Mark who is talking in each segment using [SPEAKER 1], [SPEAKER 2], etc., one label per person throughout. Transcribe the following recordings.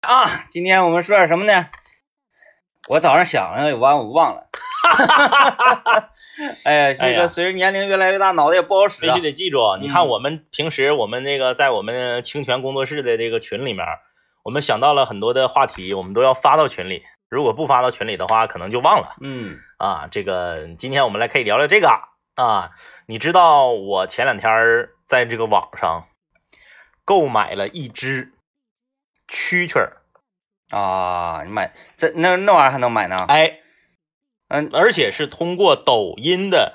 [SPEAKER 1] 啊，今天我们说点什么呢？我早上想了，完我忘了。 哎呀，
[SPEAKER 2] 哎
[SPEAKER 1] 这
[SPEAKER 2] 呀
[SPEAKER 1] 个随着年龄越来越大，脑袋也不好使
[SPEAKER 2] 必
[SPEAKER 1] 啊
[SPEAKER 2] 须。得记住，你看我们平时我们那个在我们清泉工作室的这个群里面，我们想到了很多的话题，我们都要发到群里。如果不发到群里的话，可能就忘了
[SPEAKER 1] 嗯
[SPEAKER 2] 啊。这个今天我们来可以聊聊这个啊。你知道我前两天儿在这个网上购买了一只蛐蛐儿，
[SPEAKER 1] 啊，你买这那那玩意儿还能买呢？
[SPEAKER 2] 哎，
[SPEAKER 1] 嗯
[SPEAKER 2] 而且是通过抖音的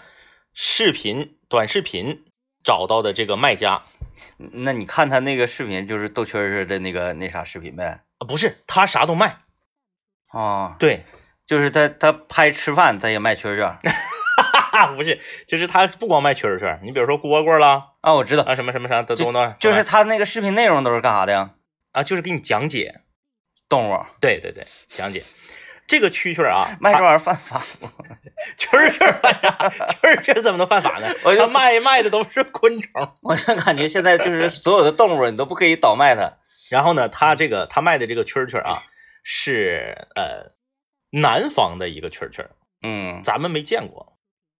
[SPEAKER 2] 视频短视频找到的这个卖家。啊
[SPEAKER 1] 那你看他那个视频，就是豆圈儿似的那个那啥视频呗。
[SPEAKER 2] 啊不是，他啥都卖，
[SPEAKER 1] 啊，
[SPEAKER 2] 对，
[SPEAKER 1] 就是他他拍吃饭，他也卖蛐蛐儿
[SPEAKER 2] 啊，不是，就是他不光卖蛐儿蛐儿，你比如说蝈蝈啦，
[SPEAKER 1] 啊，我知道，
[SPEAKER 2] 啊什么什么啥的都能，
[SPEAKER 1] 就是他那个视频内容都是干啥的呀？
[SPEAKER 2] 啊，就是给你讲解，
[SPEAKER 1] 动物
[SPEAKER 2] 对对对，讲解。这个蛐蛐儿啊，
[SPEAKER 1] 卖这
[SPEAKER 2] 它
[SPEAKER 1] 玩意儿犯法吗？
[SPEAKER 2] 蛐儿蛐儿犯 啥？蛐儿蛐儿怎么能犯法呢？
[SPEAKER 1] 我就
[SPEAKER 2] 他卖卖的都是昆虫。
[SPEAKER 1] 我就感觉现在就是所有的动物你都不可以倒卖它。
[SPEAKER 2] 然后呢，他这个他卖的这个蛐儿蛐儿啊，是呃南方的一个蛐儿蛐儿，
[SPEAKER 1] 嗯
[SPEAKER 2] 咱们没见过，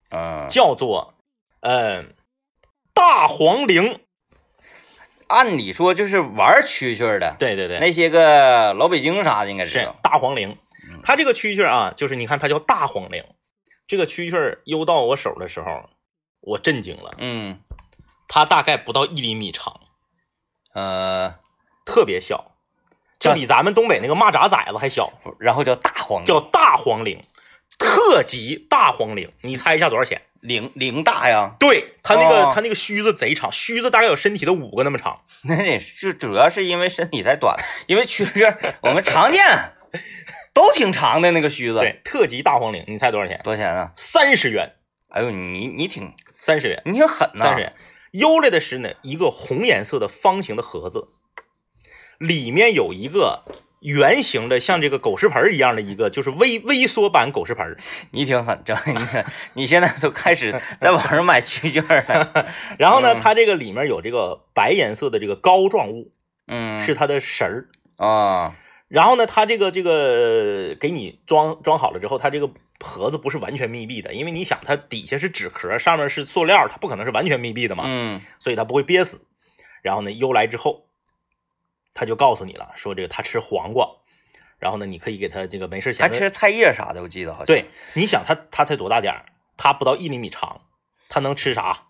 [SPEAKER 1] 嗯，
[SPEAKER 2] 叫做嗯、大黄铃。
[SPEAKER 1] 按理说就是玩蛐蛐儿的，
[SPEAKER 2] 对对对，
[SPEAKER 1] 那些个老北京啥的应该知
[SPEAKER 2] 是
[SPEAKER 1] 道。
[SPEAKER 2] 大黄铃
[SPEAKER 1] 嗯。
[SPEAKER 2] 它这个蛐蛐儿啊，就是你看它叫大黄铃，这个蛐蛐儿悠到我手的时候，我震惊了，
[SPEAKER 1] 嗯
[SPEAKER 2] 它大概不到一厘米长，
[SPEAKER 1] 呃，
[SPEAKER 2] 特别小，就比咱们东北那个蚂蚱崽子还小，
[SPEAKER 1] 然后叫大黄
[SPEAKER 2] 叫大黄铃，特级大黄铃，你猜一下多少钱？
[SPEAKER 1] 铃铃大呀，
[SPEAKER 2] 对，它那个、
[SPEAKER 1] 哦
[SPEAKER 2] 它那个须子贼长，须子大概有身体的五个那么长，
[SPEAKER 1] 那也是主要是因为身体太短，因为蛐蛐儿我们常见，都挺长的那个须子，
[SPEAKER 2] 对，特级大黄铃，你猜多少钱？
[SPEAKER 1] 多少钱啊？
[SPEAKER 2] 三十元，
[SPEAKER 1] 哎呦，你你挺
[SPEAKER 2] 三十元。
[SPEAKER 1] 你挺狠呐、
[SPEAKER 2] 三十元。邮来的是呢一个红颜色的方形的盒子，里面有一个圆形的，像这个狗食盆儿一样的一个，就是微微缩版狗食盆儿。
[SPEAKER 1] 你挺狠，这你看你现在都开始在网上买蛐蛐儿了，
[SPEAKER 2] 然后呢，
[SPEAKER 1] 嗯
[SPEAKER 2] 它这个里面有这个白颜色的这个膏状物，
[SPEAKER 1] 嗯，
[SPEAKER 2] 是它的食儿。
[SPEAKER 1] 啊、
[SPEAKER 2] 然后呢，它这个这个给你装装好了之后，它这个盒子不是完全密闭的，因为你想，它底下是纸壳，上面是塑料，它不可能是完全密闭的嘛。
[SPEAKER 1] 嗯
[SPEAKER 2] 所以它不会憋死。然后呢，邮来之后，他就告诉你了，说这个他吃黄瓜，然后呢，你可以给他这个没事闲
[SPEAKER 1] 还
[SPEAKER 2] 着
[SPEAKER 1] 吃菜叶啥的，我记得好像。
[SPEAKER 2] 对，你想他他才多大点儿，他不到一厘米长，他能吃啥？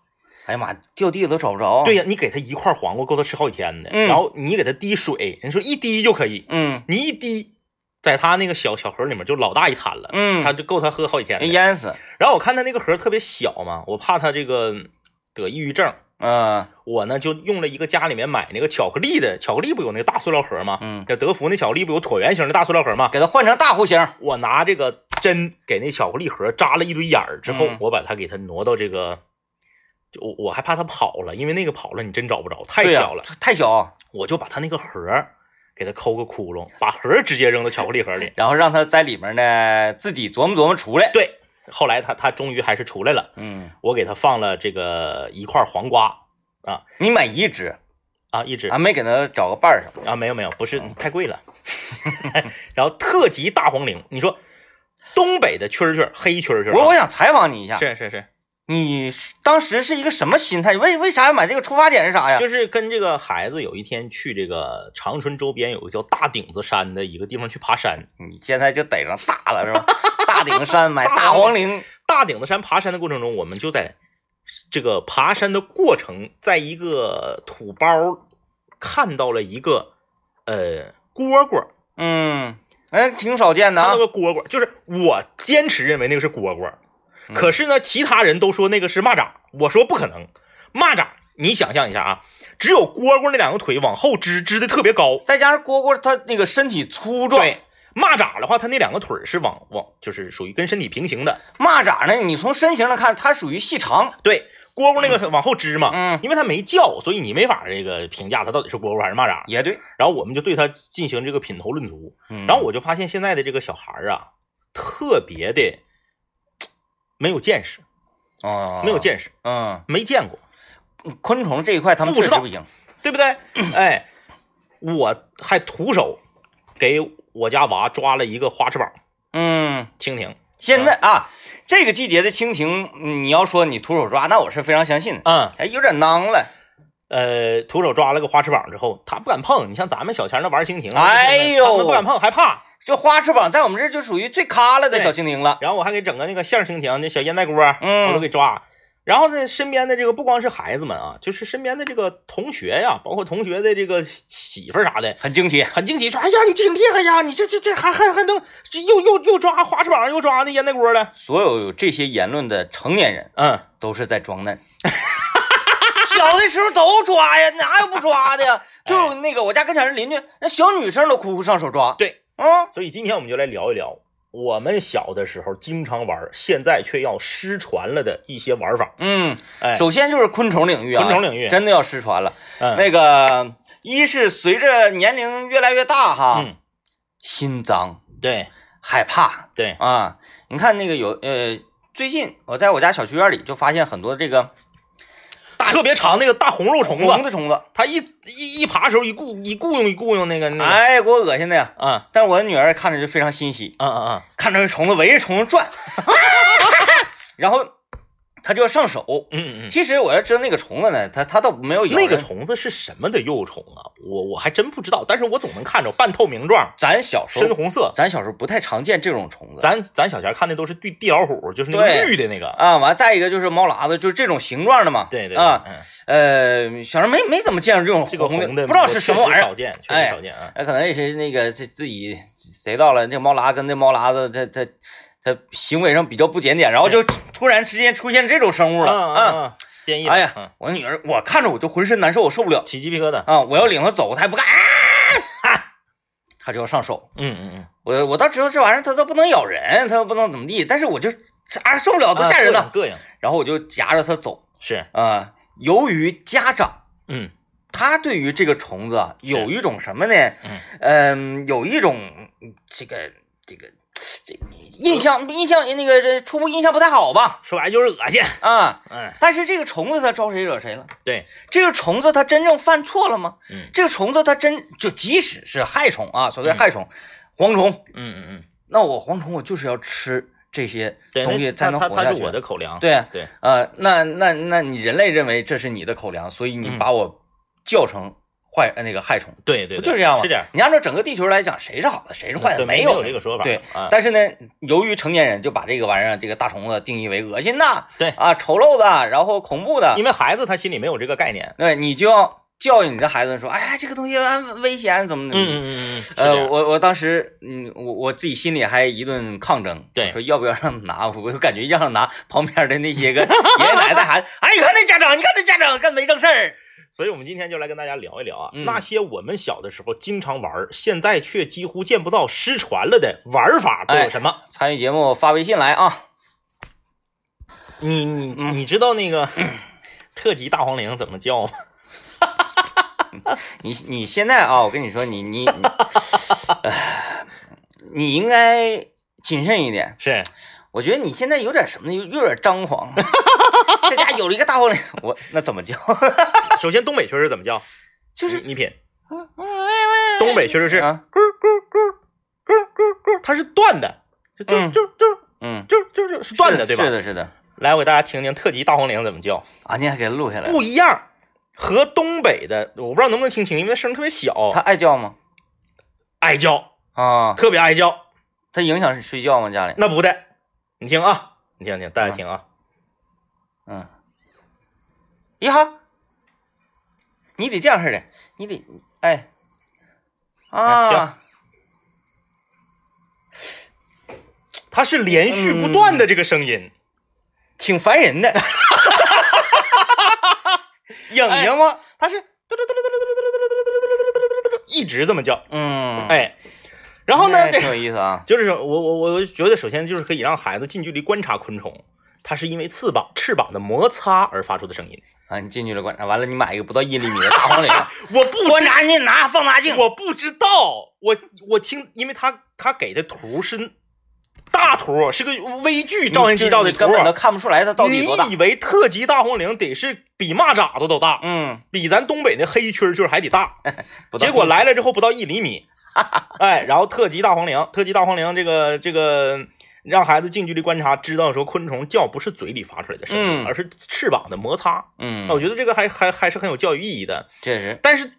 [SPEAKER 1] 哎呀妈，掉地都找不着。啊
[SPEAKER 2] 对呀、你给他一块黄瓜够他吃好几天的，
[SPEAKER 1] 嗯
[SPEAKER 2] 然后你给他滴水，人说一滴就可以，
[SPEAKER 1] 嗯
[SPEAKER 2] 你一滴。在他那个小小盒里面就老大一滩了，
[SPEAKER 1] 嗯
[SPEAKER 2] 他就够他喝好几天
[SPEAKER 1] 没
[SPEAKER 2] 的。
[SPEAKER 1] 淹死。
[SPEAKER 2] 然后我看他那个盒特别小嘛，我怕他这个得抑郁症，
[SPEAKER 1] 嗯
[SPEAKER 2] 我呢就用了一个家里面买那个巧克力的，巧克力不有那个大塑料盒吗？
[SPEAKER 1] 嗯，
[SPEAKER 2] 叫德芙那巧克力不有椭圆形的大塑料盒吗？
[SPEAKER 1] 给它换成大户型。
[SPEAKER 2] 我拿这个针给那巧克力盒扎了一堆眼儿之后
[SPEAKER 1] 嗯，
[SPEAKER 2] 我把它给它挪到这个，就我我还怕它跑了，因为那个跑了你真找不着，太
[SPEAKER 1] 对呀
[SPEAKER 2] 小了，，
[SPEAKER 1] 太小，
[SPEAKER 2] 我就把它那个盒儿给它抠个窟窿，把盒儿直接扔到巧克力盒里。
[SPEAKER 1] 然后让它在里面呢自己琢磨琢磨出来。
[SPEAKER 2] 对，后来它它终于还是出来了，
[SPEAKER 1] 嗯，
[SPEAKER 2] 我给它放了这个一块黄瓜
[SPEAKER 1] 你买一只，
[SPEAKER 2] 啊，一直
[SPEAKER 1] 还没给它找个伴儿什么的。
[SPEAKER 2] 啊，没有没有，不是太贵了。 哎然后特级大黄铃，你说东北的蛐蛐儿，黑蛐蛐儿
[SPEAKER 1] 我
[SPEAKER 2] 啊，
[SPEAKER 1] 我想采访你一下，
[SPEAKER 2] 是是是，
[SPEAKER 1] 你是当时是一个什么心态？为为啥要买这个？出发点是啥呀？
[SPEAKER 2] 就是跟这个孩子有一天去这个长春周边有个叫大顶子山的一个地方去爬山，
[SPEAKER 1] 你现在就逮上大了是吧？大顶山买大黄铃，
[SPEAKER 2] 大顶子山爬山的过程中，我们就在这个爬山的过程，在一个土包看到了一个呃蝈蝈，
[SPEAKER 1] 嗯，哎，挺少见的
[SPEAKER 2] 看
[SPEAKER 1] 啊
[SPEAKER 2] 到。个蝈蝈，就是我坚持认为那个是蝈蝈，
[SPEAKER 1] 嗯
[SPEAKER 2] 可是呢，其他人都说那个是蚂蚱，我说不可能，蚂蚱，你想象一下啊，只有蝈蝈那两个腿往后支，支的特别高，
[SPEAKER 1] 再加上蝈蝈，它那个身体粗壮，
[SPEAKER 2] 对，蚂蚱的话，它那两个腿是往往就是属于跟身体平行的，
[SPEAKER 1] 蚂蚱呢，你从身形上看，它属于细长。
[SPEAKER 2] 对，蝈蝈那个往后支嘛，
[SPEAKER 1] 嗯，
[SPEAKER 2] 因为它没叫，所以你没法这个评价它到底是蝈蝈还是蚂蚱，
[SPEAKER 1] 也对。
[SPEAKER 2] 然后我们就对它进行这个品头论足，
[SPEAKER 1] 嗯
[SPEAKER 2] 然后我就发现现在的这个小孩儿啊，特别的没有见识。
[SPEAKER 1] 啊，
[SPEAKER 2] 没有，见识，
[SPEAKER 1] 嗯，
[SPEAKER 2] 没见过，
[SPEAKER 1] 昆虫这一块他们
[SPEAKER 2] 不
[SPEAKER 1] 确
[SPEAKER 2] 知
[SPEAKER 1] 实
[SPEAKER 2] 道
[SPEAKER 1] 不行。
[SPEAKER 2] 对不对？哎，我还徒手给我家娃抓了一个花翅膀
[SPEAKER 1] 嗯，
[SPEAKER 2] 蜻蜓。
[SPEAKER 1] 现在
[SPEAKER 2] 嗯
[SPEAKER 1] 啊，这个季节的蜻蜓，嗯你要说你徒手抓，那我是非常相信的。
[SPEAKER 2] 嗯，
[SPEAKER 1] 哎，有点囊了。
[SPEAKER 2] 呃，徒手抓了个花翅膀之后，他不敢碰。你像咱们小前儿那玩蜻蜓啊，
[SPEAKER 1] 哎呦
[SPEAKER 2] 他们不敢碰，害怕。
[SPEAKER 1] 这花翅膀在我们这儿就属于最咖了的
[SPEAKER 2] 对
[SPEAKER 1] 小蜻蜓了。
[SPEAKER 2] 然后我还给整个那个象蜻蜓，那小烟袋锅，
[SPEAKER 1] 嗯
[SPEAKER 2] 我都给抓。然后呢，身边的这个不光是孩子们啊，就是身边的这个同学呀，包括同学的这个媳妇儿啥的，
[SPEAKER 1] 很惊奇，
[SPEAKER 2] 很惊奇，说：“哎呀，你挺厉害呀，你这这这还还还能这又又又抓花翅膀，又抓那烟袋锅了。
[SPEAKER 1] 所有这些言论的成年人”
[SPEAKER 2] 嗯，
[SPEAKER 1] 都是在装嫩。 小的时候都抓呀，哪有不抓的呀？
[SPEAKER 2] 哎
[SPEAKER 1] 就是那个我家跟前的邻居，那小女生都哭哭上手抓。
[SPEAKER 2] 对，
[SPEAKER 1] 啊，
[SPEAKER 2] 所以今天我们就来聊一聊我们小的时候经常玩，现在却要失传了的一些玩法。
[SPEAKER 1] 嗯，
[SPEAKER 2] 哎，
[SPEAKER 1] 首先就是昆虫领域啊，
[SPEAKER 2] 昆虫领域
[SPEAKER 1] 真的要失传了。
[SPEAKER 2] 嗯
[SPEAKER 1] 那个一是随着年龄越来越大哈，
[SPEAKER 2] 嗯，
[SPEAKER 1] 心脏
[SPEAKER 2] 对
[SPEAKER 1] 害怕
[SPEAKER 2] 对，
[SPEAKER 1] 啊。你看那个有呃，最近我在我家小区院里就发现很多这个
[SPEAKER 2] 特别长那个大红肉虫
[SPEAKER 1] 红
[SPEAKER 2] 子，
[SPEAKER 1] 的虫子，
[SPEAKER 2] 它一一一爬的时候一雇一雇佣一雇佣那个那个，
[SPEAKER 1] 哎，给我恶心的呀！
[SPEAKER 2] 嗯
[SPEAKER 1] 但是我的女儿看着就非常欣喜，
[SPEAKER 2] 嗯嗯嗯，
[SPEAKER 1] 看着虫子围着虫子 转，然后她就要上手。
[SPEAKER 2] 嗯嗯嗯，
[SPEAKER 1] 其实我要知道那个虫子呢，它它倒没有咬
[SPEAKER 2] 那个
[SPEAKER 1] 人。
[SPEAKER 2] 虫子是什么的幼虫啊？我我还真不知道，但是我总能看着半透明状，
[SPEAKER 1] 咱小时
[SPEAKER 2] 深
[SPEAKER 1] 候，
[SPEAKER 2] 红色。
[SPEAKER 1] 咱小时候不太常见这种虫子。
[SPEAKER 2] 咱咱小前看的都是地地老虎，就是那个
[SPEAKER 1] 对
[SPEAKER 2] 绿的那个。
[SPEAKER 1] 啊，完再一个就是猫喇子，就是这种形状的嘛。
[SPEAKER 2] 对对
[SPEAKER 1] 啊，，
[SPEAKER 2] 对嗯
[SPEAKER 1] 呃，小时候没没怎么见着这种
[SPEAKER 2] 这个
[SPEAKER 1] 红
[SPEAKER 2] 红的
[SPEAKER 1] 不知道是什么玩意
[SPEAKER 2] 确实
[SPEAKER 1] 儿
[SPEAKER 2] 少。见，确
[SPEAKER 1] 哎
[SPEAKER 2] 实少见啊。
[SPEAKER 1] 那可能也是那个这自己谁到了，这猫喇跟这猫喇子，它它它行为上比较不检点，然后就突然之间出现这种生物了
[SPEAKER 2] 嗯嗯，嗯变异了。
[SPEAKER 1] 哎呀
[SPEAKER 2] 嗯，
[SPEAKER 1] 我女儿，我看着我就浑身难受，我受不了
[SPEAKER 2] 起鸡皮疙瘩。
[SPEAKER 1] 啊！我要领她走，她还不干，啊，她就要上手。
[SPEAKER 2] 嗯嗯嗯，
[SPEAKER 1] 我我倒知道这玩意儿它都不能咬人，它都不能怎么地，但是我就啊受不了，多
[SPEAKER 2] 啊
[SPEAKER 1] 吓人呐、
[SPEAKER 2] 膈应膈应
[SPEAKER 1] 然后我就夹着它走
[SPEAKER 2] 是，
[SPEAKER 1] 啊、由于家长。
[SPEAKER 2] 嗯
[SPEAKER 1] 他对于这个虫子啊，
[SPEAKER 2] 是
[SPEAKER 1] 有一种什么呢？
[SPEAKER 2] 嗯
[SPEAKER 1] 嗯，有一种嗯这个这个这印象印象那个这初步印象不太好吧？
[SPEAKER 2] 说白了就是恶心。
[SPEAKER 1] 啊，
[SPEAKER 2] 嗯，
[SPEAKER 1] 但是这个虫子它招谁惹谁了？
[SPEAKER 2] 对，
[SPEAKER 1] 这个虫子它真正犯错了吗？
[SPEAKER 2] 嗯
[SPEAKER 1] 这个虫子它真就即使是害虫啊，所谓害虫、蝗虫，
[SPEAKER 2] 嗯嗯嗯，
[SPEAKER 1] 那我蝗虫我就是要吃这些
[SPEAKER 2] 对，
[SPEAKER 1] 东
[SPEAKER 2] 那
[SPEAKER 1] 西才能
[SPEAKER 2] 它
[SPEAKER 1] 活
[SPEAKER 2] 它
[SPEAKER 1] 下
[SPEAKER 2] 它
[SPEAKER 1] 去。
[SPEAKER 2] 是我的口粮。
[SPEAKER 1] 对
[SPEAKER 2] 对，
[SPEAKER 1] 呃，那那那你人类认为这是你的口粮，所以你
[SPEAKER 2] 嗯
[SPEAKER 1] 把我叫成坏、呃那个害虫。
[SPEAKER 2] 对对，
[SPEAKER 1] 不就
[SPEAKER 2] 对
[SPEAKER 1] 是这样吗？
[SPEAKER 2] 是这样。
[SPEAKER 1] 你按照整个地球来讲，谁是好的，谁是坏的，
[SPEAKER 2] 对没
[SPEAKER 1] 有
[SPEAKER 2] 这个说法。
[SPEAKER 1] 对
[SPEAKER 2] 啊，
[SPEAKER 1] 但是呢，由于成年人就把这个玩意儿，这个大虫子定义为恶心的，
[SPEAKER 2] 对
[SPEAKER 1] 啊，丑陋的，然后恐怖的，
[SPEAKER 2] 因为孩子他心里没有这个概念。
[SPEAKER 1] 对，你就要教育你的孩子说，哎呀，这个东西啊危险，怎么怎么地。
[SPEAKER 2] 嗯嗯，是这
[SPEAKER 1] 呃，
[SPEAKER 2] 样
[SPEAKER 1] 我我当时，嗯，我我自己心里还一顿抗 争，
[SPEAKER 2] 对
[SPEAKER 1] 我说要不要让拿？我我感觉让拿，旁边的那 些个爷爷奶奶带孩子，哎，你看那家长，你看那家长干没正事儿，
[SPEAKER 2] 所以我们今天就来跟大家聊一聊啊，
[SPEAKER 1] 嗯
[SPEAKER 2] 那些我们小的时候经常玩，现在却几乎见不到、失传了的玩法都有什么？
[SPEAKER 1] 参与节目发微信来啊，
[SPEAKER 2] 你你你知道那个、特级大黄铃怎么叫吗？
[SPEAKER 1] 你你现在啊，我跟你说，你你你，唉你应该谨慎一点。
[SPEAKER 2] 是，
[SPEAKER 1] 我觉得你现在有点什么呢，有有点张狂。这家有了一个大黄脸，我那怎么叫？
[SPEAKER 2] 首先东北确实怎么叫？
[SPEAKER 1] 就是
[SPEAKER 2] 你你品，东北确嗯实是咕
[SPEAKER 1] 啊，
[SPEAKER 2] 咕咕咕咕咕，它是断的，就就
[SPEAKER 1] 嗯
[SPEAKER 2] 就就
[SPEAKER 1] 嗯，
[SPEAKER 2] 就就就是断的，
[SPEAKER 1] 是
[SPEAKER 2] 对吧
[SPEAKER 1] 是？的，是的。
[SPEAKER 2] 来，我给大家听听特级大黄铃怎么叫，
[SPEAKER 1] 啊，你还给他录下来？，
[SPEAKER 2] 不一样，和东北的我不知道能不能听清，因为声特别小，
[SPEAKER 1] 他爱叫吗？
[SPEAKER 2] 爱叫，
[SPEAKER 1] 啊，
[SPEAKER 2] 特别爱叫。
[SPEAKER 1] 他影响睡觉吗？家里？
[SPEAKER 2] 那不对，你听啊，你听听，大家听啊，
[SPEAKER 1] 嗯。呀哈，你得这样式的，你得哎，
[SPEAKER 2] 哎
[SPEAKER 1] 啊，
[SPEAKER 2] 它是连续不断的这个声音，
[SPEAKER 1] 挺烦人 的。影睛吗？
[SPEAKER 2] 它是嘟噜嘟噜嘟噜嘟噜嘟噜嘟噜嘟噜嘟噜嘟噜嘟噜嘟噜嘟噜一直这么叫，
[SPEAKER 1] 嗯，
[SPEAKER 2] 哎，然后呢，
[SPEAKER 1] 那
[SPEAKER 2] 这
[SPEAKER 1] 挺有意思啊。
[SPEAKER 2] 就是说我我我我觉得首先就是可以让孩子近距离观察昆虫，它是因为翅膀翅膀的摩擦而发出的声音。
[SPEAKER 1] 啊，你进去了观察，完了你买一个不到一厘米的大黄 脸，
[SPEAKER 2] 我不
[SPEAKER 1] 观察你拿放大镜。
[SPEAKER 2] 我不知道，我我听，因为他他给的图是大图，是个微距照相机照的
[SPEAKER 1] 你
[SPEAKER 2] 图
[SPEAKER 1] 根，本都看不出来它到底多大
[SPEAKER 2] 你。以为特级大红铃得是比蚂蚱都都大，
[SPEAKER 1] 嗯，
[SPEAKER 2] 比咱东北那黑蛐蛐儿还得大，
[SPEAKER 1] 不到
[SPEAKER 2] 结果来了之后不到一厘米，哎，然后特级大黄羚，特级大黄羚这个这个让孩子近距离观察，知道说昆虫叫不是嘴里发出来的声音，
[SPEAKER 1] 嗯
[SPEAKER 2] 而是翅膀的摩擦。
[SPEAKER 1] 嗯
[SPEAKER 2] 那，我觉得这个还还还是很有教育意义的。
[SPEAKER 1] 确实，
[SPEAKER 2] 但是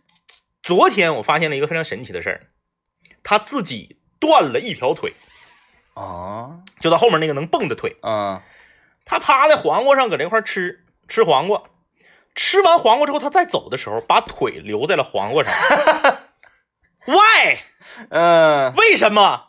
[SPEAKER 2] 昨天我发现了一个非常神奇的事儿，他自己断了一条腿，
[SPEAKER 1] 啊，
[SPEAKER 2] 就他后面那个能蹦的腿，
[SPEAKER 1] 嗯
[SPEAKER 2] 他趴在黄瓜上搁这块儿吃吃黄瓜，吃完黄瓜之后，他再走的时候把腿留在了 黄瓜上。Why？
[SPEAKER 1] 嗯，
[SPEAKER 2] 为什么？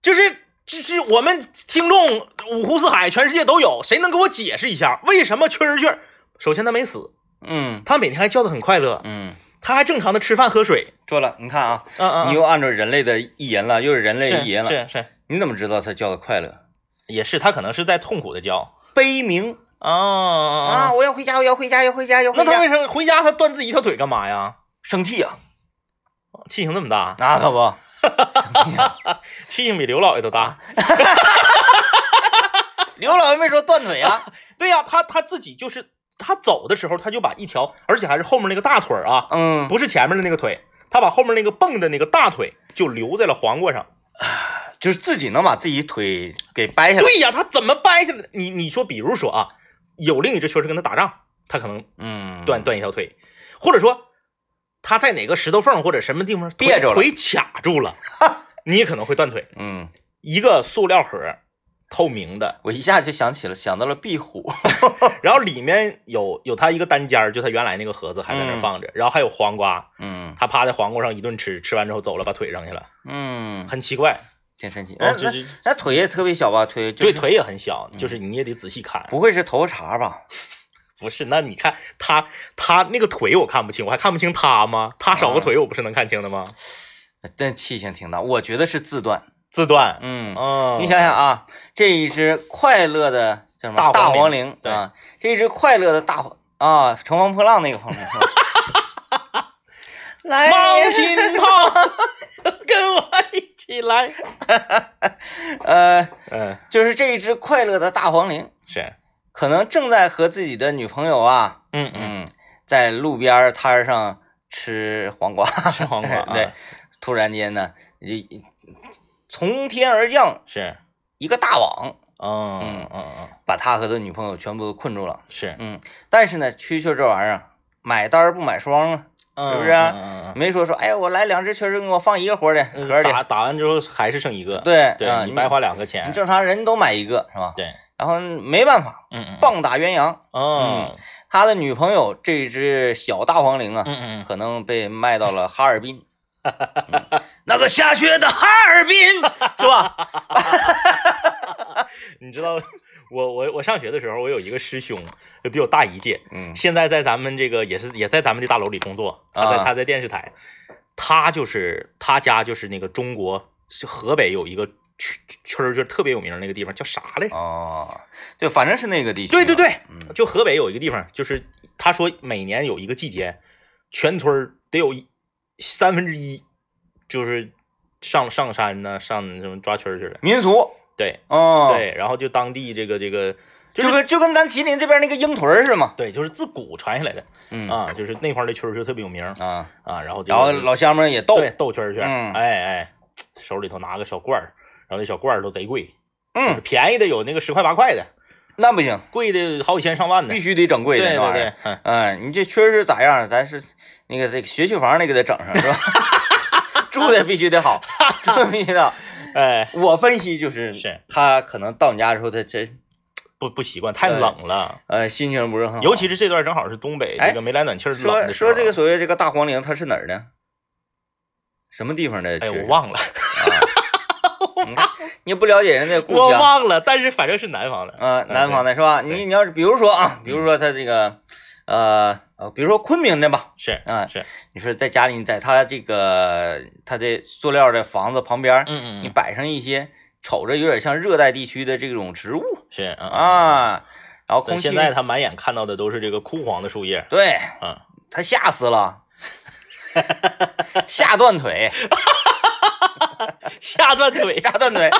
[SPEAKER 2] 就是就是我们听众五湖四海，全世界都有，谁能给我解释一下为什么蛐儿蛐儿？首先他没死，
[SPEAKER 1] 嗯
[SPEAKER 2] 他每天还叫的很快乐，
[SPEAKER 1] 嗯，
[SPEAKER 2] 他还正常的吃饭喝水。
[SPEAKER 1] 做了，你看啊，
[SPEAKER 2] 嗯嗯，
[SPEAKER 1] 你
[SPEAKER 2] 有
[SPEAKER 1] 又按照人类的意淫了，又是人类的意淫了，
[SPEAKER 2] 是是，
[SPEAKER 1] 你怎么知道它叫的快乐？
[SPEAKER 2] 也是他可能是在痛苦的叫。
[SPEAKER 1] 悲鸣
[SPEAKER 2] 哦哦，
[SPEAKER 1] 啊我要回家，我要回家，要回家，要
[SPEAKER 2] 那他为什么回家他断自己一条腿干嘛呀？
[SPEAKER 1] 生气啊？
[SPEAKER 2] 气性这么大，
[SPEAKER 1] 那可不，
[SPEAKER 2] 气性比刘老爷都大。
[SPEAKER 1] 刘老爷没说断腿啊，
[SPEAKER 2] 对呀、他他自己就是他走的时候，他就把一条，而且还是后面那个大腿儿啊，
[SPEAKER 1] 嗯，
[SPEAKER 2] 不是前面的那个腿，他把后面那个蹦的那个大腿就留在了黄瓜上。
[SPEAKER 1] 就是自己能把自己腿给掰下来，
[SPEAKER 2] 对呀、他怎么掰下来的？你你说，比如说啊，有另一只蛐蛐跟他打仗，他可能
[SPEAKER 1] 嗯，
[SPEAKER 2] 断断一条腿，或者说他在哪个石头缝或者什么地方腿
[SPEAKER 1] 别着了
[SPEAKER 2] 腿卡住了，你也可能会断腿。
[SPEAKER 1] 嗯，
[SPEAKER 2] 一个塑料盒，透明的，
[SPEAKER 1] 我一下就想起了，想到了壁虎，
[SPEAKER 2] 然后里面有有他一个单间儿，就他原来那个盒子还在那儿
[SPEAKER 1] 嗯
[SPEAKER 2] 放着，然后还有黄瓜，
[SPEAKER 1] 嗯
[SPEAKER 2] 他趴在黄瓜上一顿吃，吃完之后走了，把腿扔下了，
[SPEAKER 1] 嗯，
[SPEAKER 2] 很奇怪。
[SPEAKER 1] 挺神奇。
[SPEAKER 2] 然
[SPEAKER 1] 那
[SPEAKER 2] 后就
[SPEAKER 1] 那
[SPEAKER 2] 就
[SPEAKER 1] 那腿也特别小吧？腿就
[SPEAKER 2] 对
[SPEAKER 1] 是
[SPEAKER 2] 腿也很小，就是你也得仔细看。
[SPEAKER 1] 不会是头茬吧？
[SPEAKER 2] 不是，那你看他他那个腿我看不清，我还看不清他吗？他少个腿我不是能看清的吗？
[SPEAKER 1] 但气性挺大，我觉得是自断。
[SPEAKER 2] 自断，
[SPEAKER 1] 嗯，
[SPEAKER 2] 嗯，
[SPEAKER 1] 你想想啊，这一只快乐的叫什么
[SPEAKER 2] 大
[SPEAKER 1] 大
[SPEAKER 2] 黄
[SPEAKER 1] 黄
[SPEAKER 2] 羚
[SPEAKER 1] 羚啊，这一只快乐的大黄啊，乘风破浪那个黄羚。是吧 来
[SPEAKER 2] 猫心套， 跟我一起来，
[SPEAKER 1] 呃，
[SPEAKER 2] 嗯，
[SPEAKER 1] 就是这一只快乐的大黄羚，
[SPEAKER 2] 是，
[SPEAKER 1] 可能正在和自己的女朋友啊，
[SPEAKER 2] 嗯嗯，
[SPEAKER 1] 嗯，在路边摊儿上吃黄瓜，
[SPEAKER 2] 吃黄瓜啊
[SPEAKER 1] 对，突然间呢，一一从天而降
[SPEAKER 2] 是，
[SPEAKER 1] 一个大网，
[SPEAKER 2] 嗯嗯嗯，
[SPEAKER 1] 把他和他女朋友全部都困住了。
[SPEAKER 2] 是，
[SPEAKER 1] 嗯，但是呢，蛐蛐这玩意儿啊买单儿不买双啊，
[SPEAKER 2] 是
[SPEAKER 1] 是不是啊
[SPEAKER 2] 嗯嗯
[SPEAKER 1] 没说说，哎，我来两只蛐蛐，给我放一个活的
[SPEAKER 2] 嗯
[SPEAKER 1] 盒里。
[SPEAKER 2] 打打完之后还是剩一个，
[SPEAKER 1] 对啊
[SPEAKER 2] 对你白花两个钱
[SPEAKER 1] 你，正常人都买一个是吧？
[SPEAKER 2] 对，
[SPEAKER 1] 然后没办法，
[SPEAKER 2] 嗯嗯，
[SPEAKER 1] 棒打鸳鸯。
[SPEAKER 2] 嗯
[SPEAKER 1] 他的女朋友这只小大黄羚啊，
[SPEAKER 2] 嗯嗯，
[SPEAKER 1] 可能被卖到了哈尔 滨，嗯那个下雪的哈尔滨，是吧？
[SPEAKER 2] 你知道。我我我上学的时候，我有一个师兄，就比我大一届，
[SPEAKER 1] 嗯
[SPEAKER 2] 现在在咱们这个也是也在咱们这大楼里工作，他在
[SPEAKER 1] 啊
[SPEAKER 2] 他在电视台，他就是他家就是那个中国是河北有一个区区儿，就是特别有名的那个地方叫啥来着？
[SPEAKER 1] 哦，对，反正是那个地区。
[SPEAKER 2] 对对，对，
[SPEAKER 1] 嗯
[SPEAKER 2] 就河北有一个地方，就是他说每年有一个季节，全村儿得有一三分之一就是上上山呢、上什么抓蛐儿去了，
[SPEAKER 1] 民俗，
[SPEAKER 2] 对、
[SPEAKER 1] 哦，，
[SPEAKER 2] 对，然后就当地这个这个就是
[SPEAKER 1] 就跟就跟咱吉林这边那个鹰屯儿似的嘛，
[SPEAKER 2] 对，就是自古传下来的
[SPEAKER 1] 嗯
[SPEAKER 2] 啊，就是那块儿的蛐儿就特别有名
[SPEAKER 1] 啊，
[SPEAKER 2] 啊，然后就
[SPEAKER 1] 然后老乡们也逗，
[SPEAKER 2] 对，豆圈圈，
[SPEAKER 1] 嗯
[SPEAKER 2] 哎哎，手里头拿个小罐儿，然后那小罐儿都贼贵，就是
[SPEAKER 1] 嗯，
[SPEAKER 2] 便宜的有那个十块八块的，
[SPEAKER 1] 那不行，
[SPEAKER 2] 贵的好几千上万的
[SPEAKER 1] 必，须得整贵
[SPEAKER 2] 对
[SPEAKER 1] 的
[SPEAKER 2] 对
[SPEAKER 1] 那玩意儿
[SPEAKER 2] 对。，嗯，
[SPEAKER 1] 嗯，你这确实咋样？咱是那个这个学区房得给他整上是吧？ 住的必须得好，住的必须得好。
[SPEAKER 2] 哎，
[SPEAKER 1] 我分析就是，
[SPEAKER 2] 是
[SPEAKER 1] 他可能到你家之后，他真
[SPEAKER 2] 不不习惯，太冷了，
[SPEAKER 1] 呃心情不是很好，
[SPEAKER 2] 尤其是这段正好是东北
[SPEAKER 1] 哎
[SPEAKER 2] 这个没来暖气儿冷
[SPEAKER 1] 说
[SPEAKER 2] 的时候，
[SPEAKER 1] 说这个，所谓这个大黄陵，它是哪儿的？什么地方的？
[SPEAKER 2] 哎，我忘了，
[SPEAKER 1] 了。你看，你不了解人家故
[SPEAKER 2] 我
[SPEAKER 1] 乡，
[SPEAKER 2] 忘了，但是反正是南方的，
[SPEAKER 1] 嗯，南方的是吧？
[SPEAKER 2] 对嗯
[SPEAKER 1] 你你要是比如说啊，比如说他这个，呃呃，比如说昆明的吧，
[SPEAKER 2] 是
[SPEAKER 1] 啊，
[SPEAKER 2] 是，
[SPEAKER 1] 你说在家里，你在他这个他的塑料的房子旁边，
[SPEAKER 2] 嗯
[SPEAKER 1] 你摆上一些瞅着有点像热带地区的这种植物
[SPEAKER 2] 是嗯。
[SPEAKER 1] 啊，然后
[SPEAKER 2] 但
[SPEAKER 1] 空气
[SPEAKER 2] 现在他满眼看到的都是这个枯黄的树 叶，
[SPEAKER 1] 对
[SPEAKER 2] 嗯，
[SPEAKER 1] 他吓死 了，吓断腿。
[SPEAKER 2] 下 断腿，
[SPEAKER 1] 吓断腿，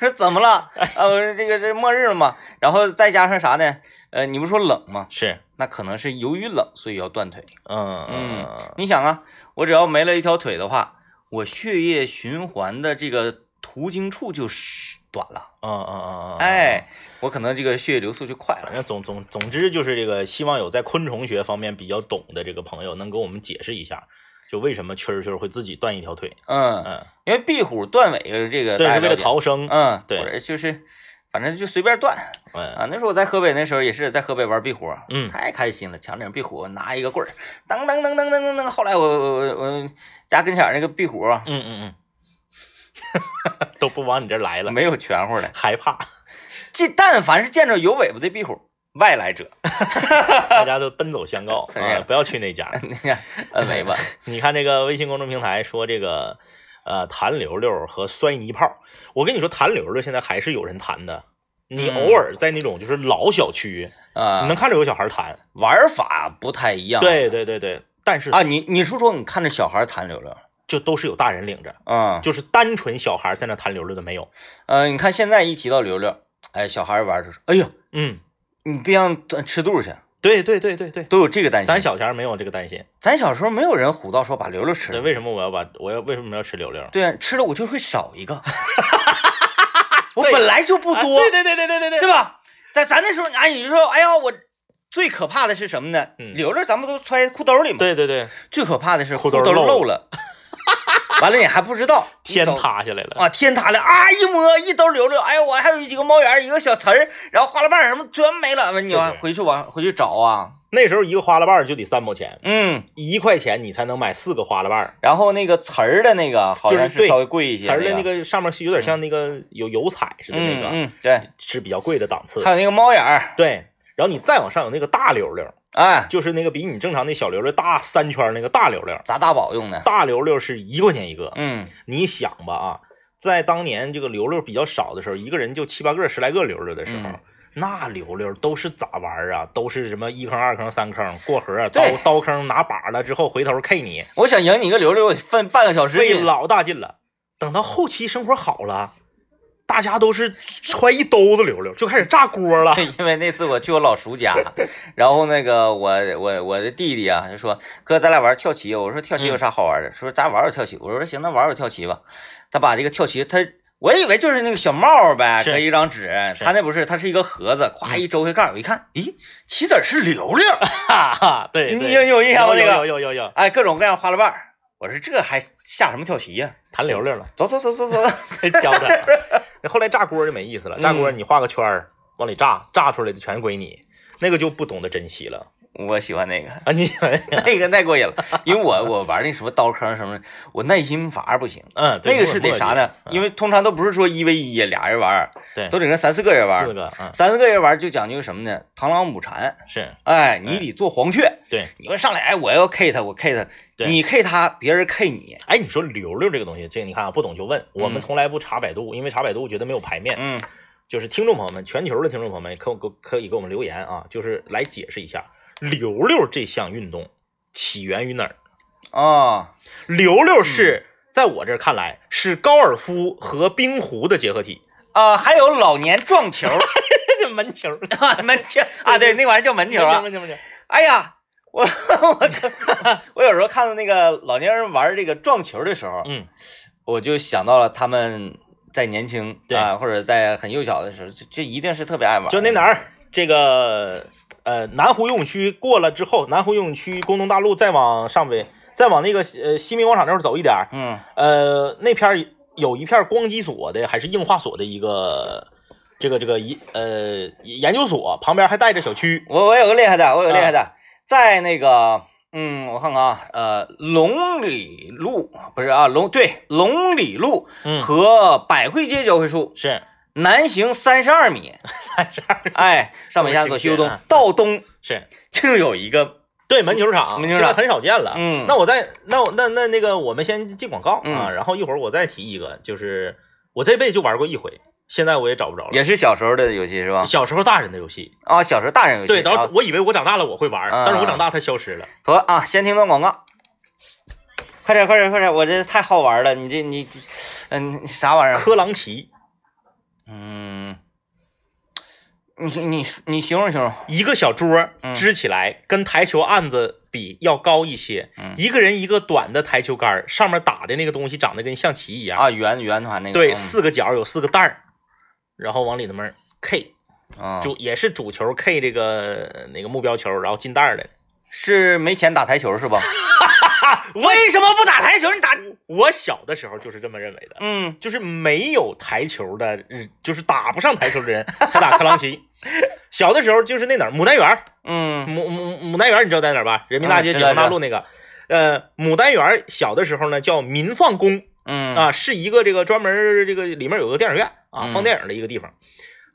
[SPEAKER 1] 说怎么了？啊，我说这个这末日了嘛。然后再加上啥呢？呃，你不说冷吗？
[SPEAKER 2] 是，
[SPEAKER 1] 那可能是由于冷，所以要断腿。
[SPEAKER 2] 嗯
[SPEAKER 1] 嗯，你想啊，我只要没了一条腿的话，我血液循环的这个途径处就是短了，
[SPEAKER 2] 嗯嗯嗯嗯，
[SPEAKER 1] 哎，我可能这个血液流速就快
[SPEAKER 2] 反
[SPEAKER 1] 了。
[SPEAKER 2] 正总总总之就是这个，希望有在昆虫学方面比较懂的这个朋友能给我们解释一下，就为什么蛐儿蛐儿会自己断一条腿。
[SPEAKER 1] 嗯，
[SPEAKER 2] 嗯，
[SPEAKER 1] 因为壁虎断尾呃这个
[SPEAKER 2] 对，
[SPEAKER 1] 大
[SPEAKER 2] 是
[SPEAKER 1] 家
[SPEAKER 2] 为了
[SPEAKER 1] 解
[SPEAKER 2] 逃生。
[SPEAKER 1] 嗯，
[SPEAKER 2] 对
[SPEAKER 1] 或者就是反正就随便断
[SPEAKER 2] 嗯
[SPEAKER 1] 啊。那时候我在河北，那时候也是在河北玩壁虎，啊
[SPEAKER 2] 嗯
[SPEAKER 1] 太开心了，抢领壁虎，拿一个棍儿，当当当当当当当。后来我我我我家跟前儿那个壁虎啊
[SPEAKER 2] 嗯嗯 嗯，都不往你这儿来了，
[SPEAKER 1] 没有全乎的，
[SPEAKER 2] 害怕，
[SPEAKER 1] 这但凡是见着有尾巴的壁虎，外来者，
[SPEAKER 2] 大家都奔走相告
[SPEAKER 1] 哎呀
[SPEAKER 2] 啊！不要去那 家。
[SPEAKER 1] 你看摁尾巴，
[SPEAKER 2] 你看这个微信公众平台说这个，呃，弹溜溜和摔泥炮，我跟你说，弹溜溜现在还是有人弹的。你
[SPEAKER 1] 嗯
[SPEAKER 2] 偶尔在那种就是老小区，你
[SPEAKER 1] 啊
[SPEAKER 2] 能，看着有小孩弹。
[SPEAKER 1] 玩法不太一样。
[SPEAKER 2] 对对对对，但是
[SPEAKER 1] 啊，你你是说你看着小孩弹溜溜？
[SPEAKER 2] 就都是有大人领着，
[SPEAKER 1] 嗯
[SPEAKER 2] 就是单纯小孩在那弹溜溜的没有。
[SPEAKER 1] 呃，你看现在一提到溜溜，哎，小孩玩就说，哎呦，
[SPEAKER 2] 嗯，
[SPEAKER 1] 你别让它吃肚去，
[SPEAKER 2] 对对对对对，
[SPEAKER 1] 都有这个担心。
[SPEAKER 2] 咱小前儿没有这个担心。
[SPEAKER 1] 咱小时候没有人唬到说把溜溜吃
[SPEAKER 2] 对，
[SPEAKER 1] 了，
[SPEAKER 2] 为什么我要把我要为什么要吃溜溜？
[SPEAKER 1] 对啊，吃了我就会少 一个，我
[SPEAKER 2] 对
[SPEAKER 1] 本来就不
[SPEAKER 2] 啊
[SPEAKER 1] 多，
[SPEAKER 2] 对对对对对对对，
[SPEAKER 1] 对吧？在咱那时候，哎，你说，哎呀，我最可怕的是什么呢？
[SPEAKER 2] 嗯
[SPEAKER 1] 溜溜咱们都揣裤兜里嘛，
[SPEAKER 2] 对对对，
[SPEAKER 1] 最可怕的是
[SPEAKER 2] 裤兜
[SPEAKER 1] 兜
[SPEAKER 2] 漏
[SPEAKER 1] 漏了， 完了你还不知道，你
[SPEAKER 2] 天
[SPEAKER 1] 走
[SPEAKER 2] 塌下来了。
[SPEAKER 1] 啊，天塌了啊！一摸一兜溜溜，哎呦，我还有一几个猫眼儿，一个小词儿，然后花了瓣儿什么全没了。你往
[SPEAKER 2] 是
[SPEAKER 1] 回去往回去找啊，
[SPEAKER 2] 那时候一个花了瓣儿就得三毛钱，
[SPEAKER 1] 嗯，
[SPEAKER 2] 一块钱你才能买四个花了瓣儿。
[SPEAKER 1] 然后那个词儿的那个好像
[SPEAKER 2] 就是对
[SPEAKER 1] 稍微贵一些，
[SPEAKER 2] 词儿的那
[SPEAKER 1] 个
[SPEAKER 2] 个上面是有点像那个有油彩似的
[SPEAKER 1] 嗯
[SPEAKER 2] 那个，
[SPEAKER 1] 嗯对，
[SPEAKER 2] 是比较贵的档次
[SPEAKER 1] 还。有那个猫眼儿，
[SPEAKER 2] 对，然后你再往上有那个大溜溜，
[SPEAKER 1] 哎，
[SPEAKER 2] 就是那个比你正常那小溜溜大三圈儿那个大溜溜。
[SPEAKER 1] 砸大宝用的，
[SPEAKER 2] 大溜溜是一块钱一个，
[SPEAKER 1] 嗯
[SPEAKER 2] 你想吧啊，在当年这个溜溜比较少的时候，一个人就七八个、十来个溜溜的时候，
[SPEAKER 1] 嗯
[SPEAKER 2] 那溜溜都是咋玩儿啊？都是什么一坑、二坑、三坑过河啊，刀
[SPEAKER 1] 对
[SPEAKER 2] 刀坑拿把了之后回头 K 你，
[SPEAKER 1] 我想赢你个溜溜，我得分半个小时
[SPEAKER 2] 费
[SPEAKER 1] 劲，
[SPEAKER 2] 老大劲了。等到后期生活好了，大家都是揣一兜子溜溜，就开始炸锅了。
[SPEAKER 1] 因为那次我去我老叔 家，然后那个我我我的弟弟啊就说哥，咱俩玩跳棋。我说跳棋有啥好玩的？说咱玩会儿跳棋。我说行，那玩会儿跳棋吧。他把这个跳棋，他我以为就是那个小帽儿呗，
[SPEAKER 2] 是
[SPEAKER 1] 和一张纸，
[SPEAKER 2] 是
[SPEAKER 1] 他那不是，他是一个盒子，咵
[SPEAKER 2] 嗯
[SPEAKER 1] 一周开盖儿，我一看，咦，棋子儿是溜溜 儿，
[SPEAKER 2] 哈哈， 对，
[SPEAKER 1] 你
[SPEAKER 2] 对
[SPEAKER 1] 有有印象吗？那
[SPEAKER 2] 有有
[SPEAKER 1] 个
[SPEAKER 2] 有有有
[SPEAKER 1] 哎，各种各样花了瓣儿。我说这还下什么跳棋呀、
[SPEAKER 2] 弹溜 溜了，
[SPEAKER 1] 走走走走 走，
[SPEAKER 2] 教他。嗯那 后来炸锅就没意思了，炸锅你画个圈儿往里炸，炸出来的全归你，那个就不懂得珍惜了。
[SPEAKER 1] 我喜欢那个。
[SPEAKER 2] 啊，你想一想，
[SPEAKER 1] 那个太过瘾了，因为我我玩那什么刀坑什么的，我耐心反而不行。
[SPEAKER 2] 嗯，对
[SPEAKER 1] 那个是得啥呢？因为通常都不是说一 v 一俩人玩儿，
[SPEAKER 2] 嗯对
[SPEAKER 1] 都得跟三四个人玩
[SPEAKER 2] 四
[SPEAKER 1] 儿。
[SPEAKER 2] 个，嗯，
[SPEAKER 1] 三四个人玩儿就讲究什么呢？螳螂捕蝉。
[SPEAKER 2] 是
[SPEAKER 1] 哎，你得做黄雀。
[SPEAKER 2] 对。
[SPEAKER 1] 你们上来，哎，我要 K 他，我 K 他，
[SPEAKER 2] 对
[SPEAKER 1] 你 K 他，别人 K 你。
[SPEAKER 2] 哎，你说溜溜这个东西，这个你看啊，不懂就问。我们从来不查百度，因为查百度觉得没有排面。
[SPEAKER 1] 嗯
[SPEAKER 2] 就是听众朋友们，全球的听众朋友们，可我可以给我们留言啊，就是来解释一下溜溜这项运动起源于哪儿？
[SPEAKER 1] 哦，
[SPEAKER 2] 溜溜是、在我这儿看来是高尔夫和冰壶的结合体，
[SPEAKER 1] 啊，还有老年撞球
[SPEAKER 2] 这门球儿，
[SPEAKER 1] 啊，门球啊，对，那玩意儿叫门球啊。
[SPEAKER 2] 门球门球，
[SPEAKER 1] 哎呀，我 我我有时候看到那个老年人玩这个撞球的时候，
[SPEAKER 2] 嗯，
[SPEAKER 1] 我就想到了他们在年轻
[SPEAKER 2] 对
[SPEAKER 1] 啊，或者在很幼小的时候，就就一定是特别爱玩。
[SPEAKER 2] 就那哪儿这个呃南湖游泳区过了之后，南湖游泳区工农大路再往上北，再往那个呃新民广场那儿走一点儿，
[SPEAKER 1] 嗯
[SPEAKER 2] 呃，那片儿有一片儿光机所的还是硬化所的一个这个这个一呃研究所，旁边还带着小区，
[SPEAKER 1] 我我有个厉害的，我有个厉害
[SPEAKER 2] 啊
[SPEAKER 1] 的，在那个嗯，我看看啊，呃，龙里路不是啊，龙对龙里路
[SPEAKER 2] 嗯，
[SPEAKER 1] 和百汇街交汇处
[SPEAKER 2] 是
[SPEAKER 1] 南行三十二米，
[SPEAKER 2] 三十二，
[SPEAKER 1] 哎，上北下左 西右
[SPEAKER 2] 这
[SPEAKER 1] 东
[SPEAKER 2] 么近啊，
[SPEAKER 1] 到东
[SPEAKER 2] 是
[SPEAKER 1] 就有一个
[SPEAKER 2] 对门球场，
[SPEAKER 1] 门球场
[SPEAKER 2] 现在很少见了。
[SPEAKER 1] 嗯
[SPEAKER 2] 那我再那我那那那个我们先进广告啊，
[SPEAKER 1] 嗯
[SPEAKER 2] 然后一会儿我再提一个，就是我这辈子就玩过一回，现在我也找不着了。
[SPEAKER 1] 也是小时候的游戏是吧？
[SPEAKER 2] 小时候大人的游戏，
[SPEAKER 1] 啊，小时候大人游戏。
[SPEAKER 2] 对，
[SPEAKER 1] 然
[SPEAKER 2] 当
[SPEAKER 1] 后
[SPEAKER 2] 时我以为我长大了我会玩，
[SPEAKER 1] 啊
[SPEAKER 2] 但是我长大它消失了。
[SPEAKER 1] 妥啊，先听段广告。快点，快点，快点！我这太好玩了，你这你，这嗯，你啥玩意儿？
[SPEAKER 2] 科朗奇，
[SPEAKER 1] 嗯，你你你形容形容，
[SPEAKER 2] 一个小桌
[SPEAKER 1] 嗯
[SPEAKER 2] 支起来，跟台球案子比要高一些，
[SPEAKER 1] 嗯
[SPEAKER 2] 一个人一个短的台球杆儿，上面打的那个东西长得跟象棋一样，
[SPEAKER 1] 啊，圆圆团那个
[SPEAKER 2] 对，
[SPEAKER 1] 嗯
[SPEAKER 2] 四个角有四个袋儿，然后往里头面儿 K
[SPEAKER 1] 啊
[SPEAKER 2] 主也是主球 K 这个那个目标球，然后进袋儿来的。
[SPEAKER 1] 是没钱打台球是吧？
[SPEAKER 2] 啊，
[SPEAKER 1] 为什么不打台球？你打
[SPEAKER 2] 我小的时候就是这么认为的，
[SPEAKER 1] 嗯，
[SPEAKER 2] 就是没有台球的，嗯就是打不上台球的人才打克朗奇。小的时候就是那哪儿牡丹园儿，
[SPEAKER 1] 嗯
[SPEAKER 2] 牡牡牡丹园儿你知道在哪儿吧？人民大街、
[SPEAKER 1] 嗯知
[SPEAKER 2] 解
[SPEAKER 1] 道
[SPEAKER 2] 放大路那个。呃，牡丹园儿小的时候呢叫民放宫，
[SPEAKER 1] 嗯
[SPEAKER 2] 啊，是一个这个专门儿这个里面有个电影院啊，
[SPEAKER 1] 嗯
[SPEAKER 2] 放电影的一个地方。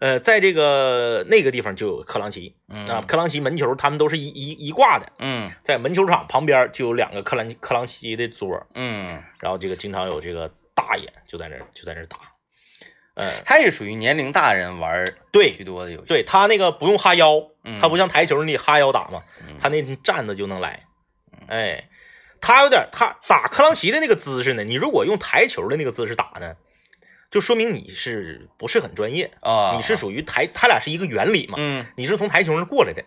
[SPEAKER 2] 呃，在这个那个地方就有克朗奇啊，
[SPEAKER 1] 嗯
[SPEAKER 2] 克朗奇门球，他们都是一一一挂的，
[SPEAKER 1] 嗯
[SPEAKER 2] 在门球场旁边就有两个克兰克朗奇的桌，
[SPEAKER 1] 嗯，
[SPEAKER 2] 然后这个经常有这个大爷就在那儿就在那儿打。呃，
[SPEAKER 1] 他也属于年龄大人玩儿居
[SPEAKER 2] 对
[SPEAKER 1] 多的游戏。，
[SPEAKER 2] 对，他那个不用哈腰，
[SPEAKER 1] 嗯
[SPEAKER 2] 他不像台球你得哈腰打嘛，
[SPEAKER 1] 嗯
[SPEAKER 2] 他那站着就能来。哎，他有点他打克朗奇的那个姿势呢，你如果用台球的那个姿势打呢，就说明你是不是很专业？
[SPEAKER 1] 啊，
[SPEAKER 2] 你是属于台，他俩是一个原理嘛？
[SPEAKER 1] 嗯
[SPEAKER 2] 你是从台球上过来的，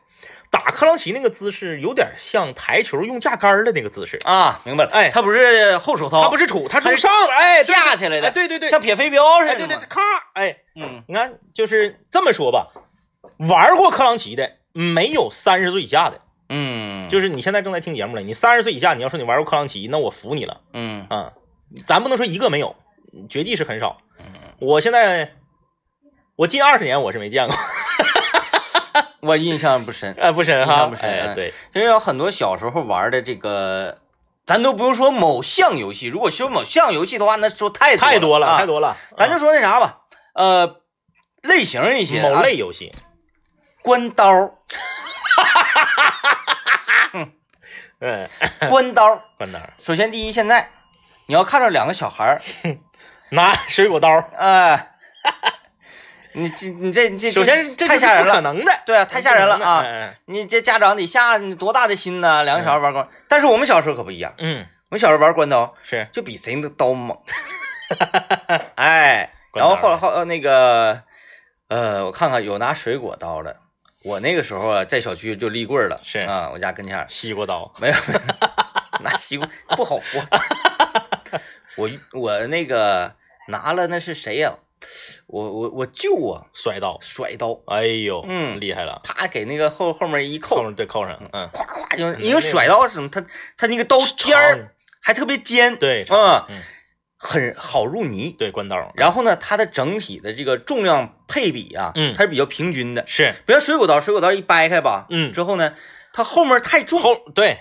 [SPEAKER 2] 打克朗奇那个姿势有点像台球用架杆儿的那个姿势，
[SPEAKER 1] 啊，明白了。
[SPEAKER 2] 哎
[SPEAKER 1] 他不是后手掏，
[SPEAKER 2] 他不是杵，他
[SPEAKER 1] 哦他
[SPEAKER 2] 从
[SPEAKER 1] 是
[SPEAKER 2] 上面哎对
[SPEAKER 1] 架起来的
[SPEAKER 2] 哎对对对，
[SPEAKER 1] 像撇飞镖似
[SPEAKER 2] 哎
[SPEAKER 1] 的。
[SPEAKER 2] 对对对，，咔哎，
[SPEAKER 1] 嗯
[SPEAKER 2] 你看就是这么说吧，玩过克朗奇的没有三十岁以下的，
[SPEAKER 1] 嗯，
[SPEAKER 2] 就是你现在正在听节目了，你三十岁以下，你要说你玩过克朗奇，那我服你了
[SPEAKER 1] 嗯
[SPEAKER 2] 啊、咱不能说一个没有，绝技是很少。
[SPEAKER 1] 嗯，
[SPEAKER 2] 我现在我近二十年我是没见过，
[SPEAKER 1] 我印啊象不深，
[SPEAKER 2] 哎，不深
[SPEAKER 1] 哈
[SPEAKER 2] 哈，不深，
[SPEAKER 1] 哎
[SPEAKER 2] 对，
[SPEAKER 1] 其实有很多小时候玩的这个，咱都不用说某项游戏，如果说某项游戏的话，那说太
[SPEAKER 2] 太多了，
[SPEAKER 1] 啊
[SPEAKER 2] 太多了，
[SPEAKER 1] 咱就
[SPEAKER 2] 啊
[SPEAKER 1] 说那啥吧，呃，类型一些，
[SPEAKER 2] 某类，游戏，
[SPEAKER 1] 关刀，
[SPEAKER 2] 嗯，
[SPEAKER 1] 关刀。
[SPEAKER 2] 关哪儿？
[SPEAKER 1] 首先第一，现在你要看着两个小孩儿，
[SPEAKER 2] 拿水果刀，
[SPEAKER 1] 啊，你这你这你这
[SPEAKER 2] 首先这
[SPEAKER 1] 太吓人
[SPEAKER 2] 就是不可
[SPEAKER 1] 了，
[SPEAKER 2] 能的，
[SPEAKER 1] 对啊，太吓人了
[SPEAKER 2] 哎
[SPEAKER 1] 啊！！
[SPEAKER 2] 哎
[SPEAKER 1] 你这家长得下你多大的心呢？两个小孩玩光，但是我们小时候可不一样，
[SPEAKER 2] 嗯，
[SPEAKER 1] 我们小时候玩关刀
[SPEAKER 2] 是
[SPEAKER 1] 就比谁的刀猛， 哎，
[SPEAKER 2] 关
[SPEAKER 1] 然
[SPEAKER 2] 刀
[SPEAKER 1] 后后来后呃那个呃，我看看有拿水果刀的。我那个时候啊，在小区就立棍儿了，
[SPEAKER 2] 是
[SPEAKER 1] 啊，我家跟前儿
[SPEAKER 2] 西瓜刀，
[SPEAKER 1] 没有，没有拿西瓜不好过。 我我那个拿了那是谁呀、我我我舅啊，
[SPEAKER 2] 摔刀，
[SPEAKER 1] 甩刀，
[SPEAKER 2] 哎呦，
[SPEAKER 1] 嗯
[SPEAKER 2] 厉害了，
[SPEAKER 1] 啪给那个后后面一
[SPEAKER 2] 扣
[SPEAKER 1] 扣，
[SPEAKER 2] 上对扣上，嗯，
[SPEAKER 1] 咵咵就是，
[SPEAKER 2] 嗯
[SPEAKER 1] 因为甩刀是什么，它它那个刀尖儿
[SPEAKER 2] 长，
[SPEAKER 1] 还特别尖，
[SPEAKER 2] 对，
[SPEAKER 1] 嗯
[SPEAKER 2] 长，嗯，
[SPEAKER 1] 很好入泥。
[SPEAKER 2] 对，关刀，
[SPEAKER 1] 然后呢，它的整体的这个重量配比啊，
[SPEAKER 2] 嗯
[SPEAKER 1] 它是比较平均的。
[SPEAKER 2] 是，
[SPEAKER 1] 比如水果刀，水果刀一掰开吧，
[SPEAKER 2] 嗯
[SPEAKER 1] 之后呢，它后面太重，
[SPEAKER 2] 后对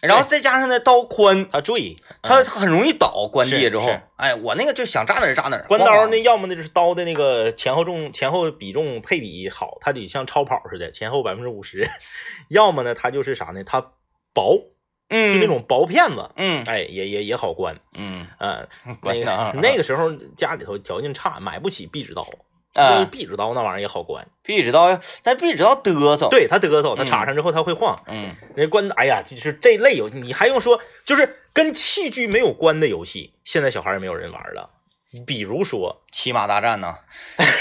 [SPEAKER 1] 然后再加上那刀宽，
[SPEAKER 2] 他注意，
[SPEAKER 1] 它
[SPEAKER 2] 嗯
[SPEAKER 1] 它很容易倒，关地
[SPEAKER 2] 是
[SPEAKER 1] 之后
[SPEAKER 2] 是，
[SPEAKER 1] 哎，我那个就想扎哪儿扎哪儿。
[SPEAKER 2] 关刀
[SPEAKER 1] 咣咣
[SPEAKER 2] 那要么呢就是刀的那个前后重前后比重配比好，它得像超跑似的前后百分之五十， 要么呢它就是啥呢，它薄，
[SPEAKER 1] 嗯
[SPEAKER 2] 就那，种薄片子，
[SPEAKER 1] 嗯
[SPEAKER 2] 哎也也也好关，
[SPEAKER 1] 嗯，
[SPEAKER 2] 嗯，那
[SPEAKER 1] 关刀啊
[SPEAKER 2] 个 那个时候家里头条件差，买不起壁纸刀，因为
[SPEAKER 1] 啊，
[SPEAKER 2] 壁纸刀那玩意儿也好关，
[SPEAKER 1] 壁纸刀，但壁纸刀嘚瑟。，
[SPEAKER 2] 对它嘚瑟，它
[SPEAKER 1] 嗯
[SPEAKER 2] 插上之后它会晃，
[SPEAKER 1] 嗯
[SPEAKER 2] 人关，哎呀，就是这类游，你还用说，就是跟器具没有关的游戏，现在小孩儿也没有人玩了，比如说。
[SPEAKER 1] 骑马大战呢？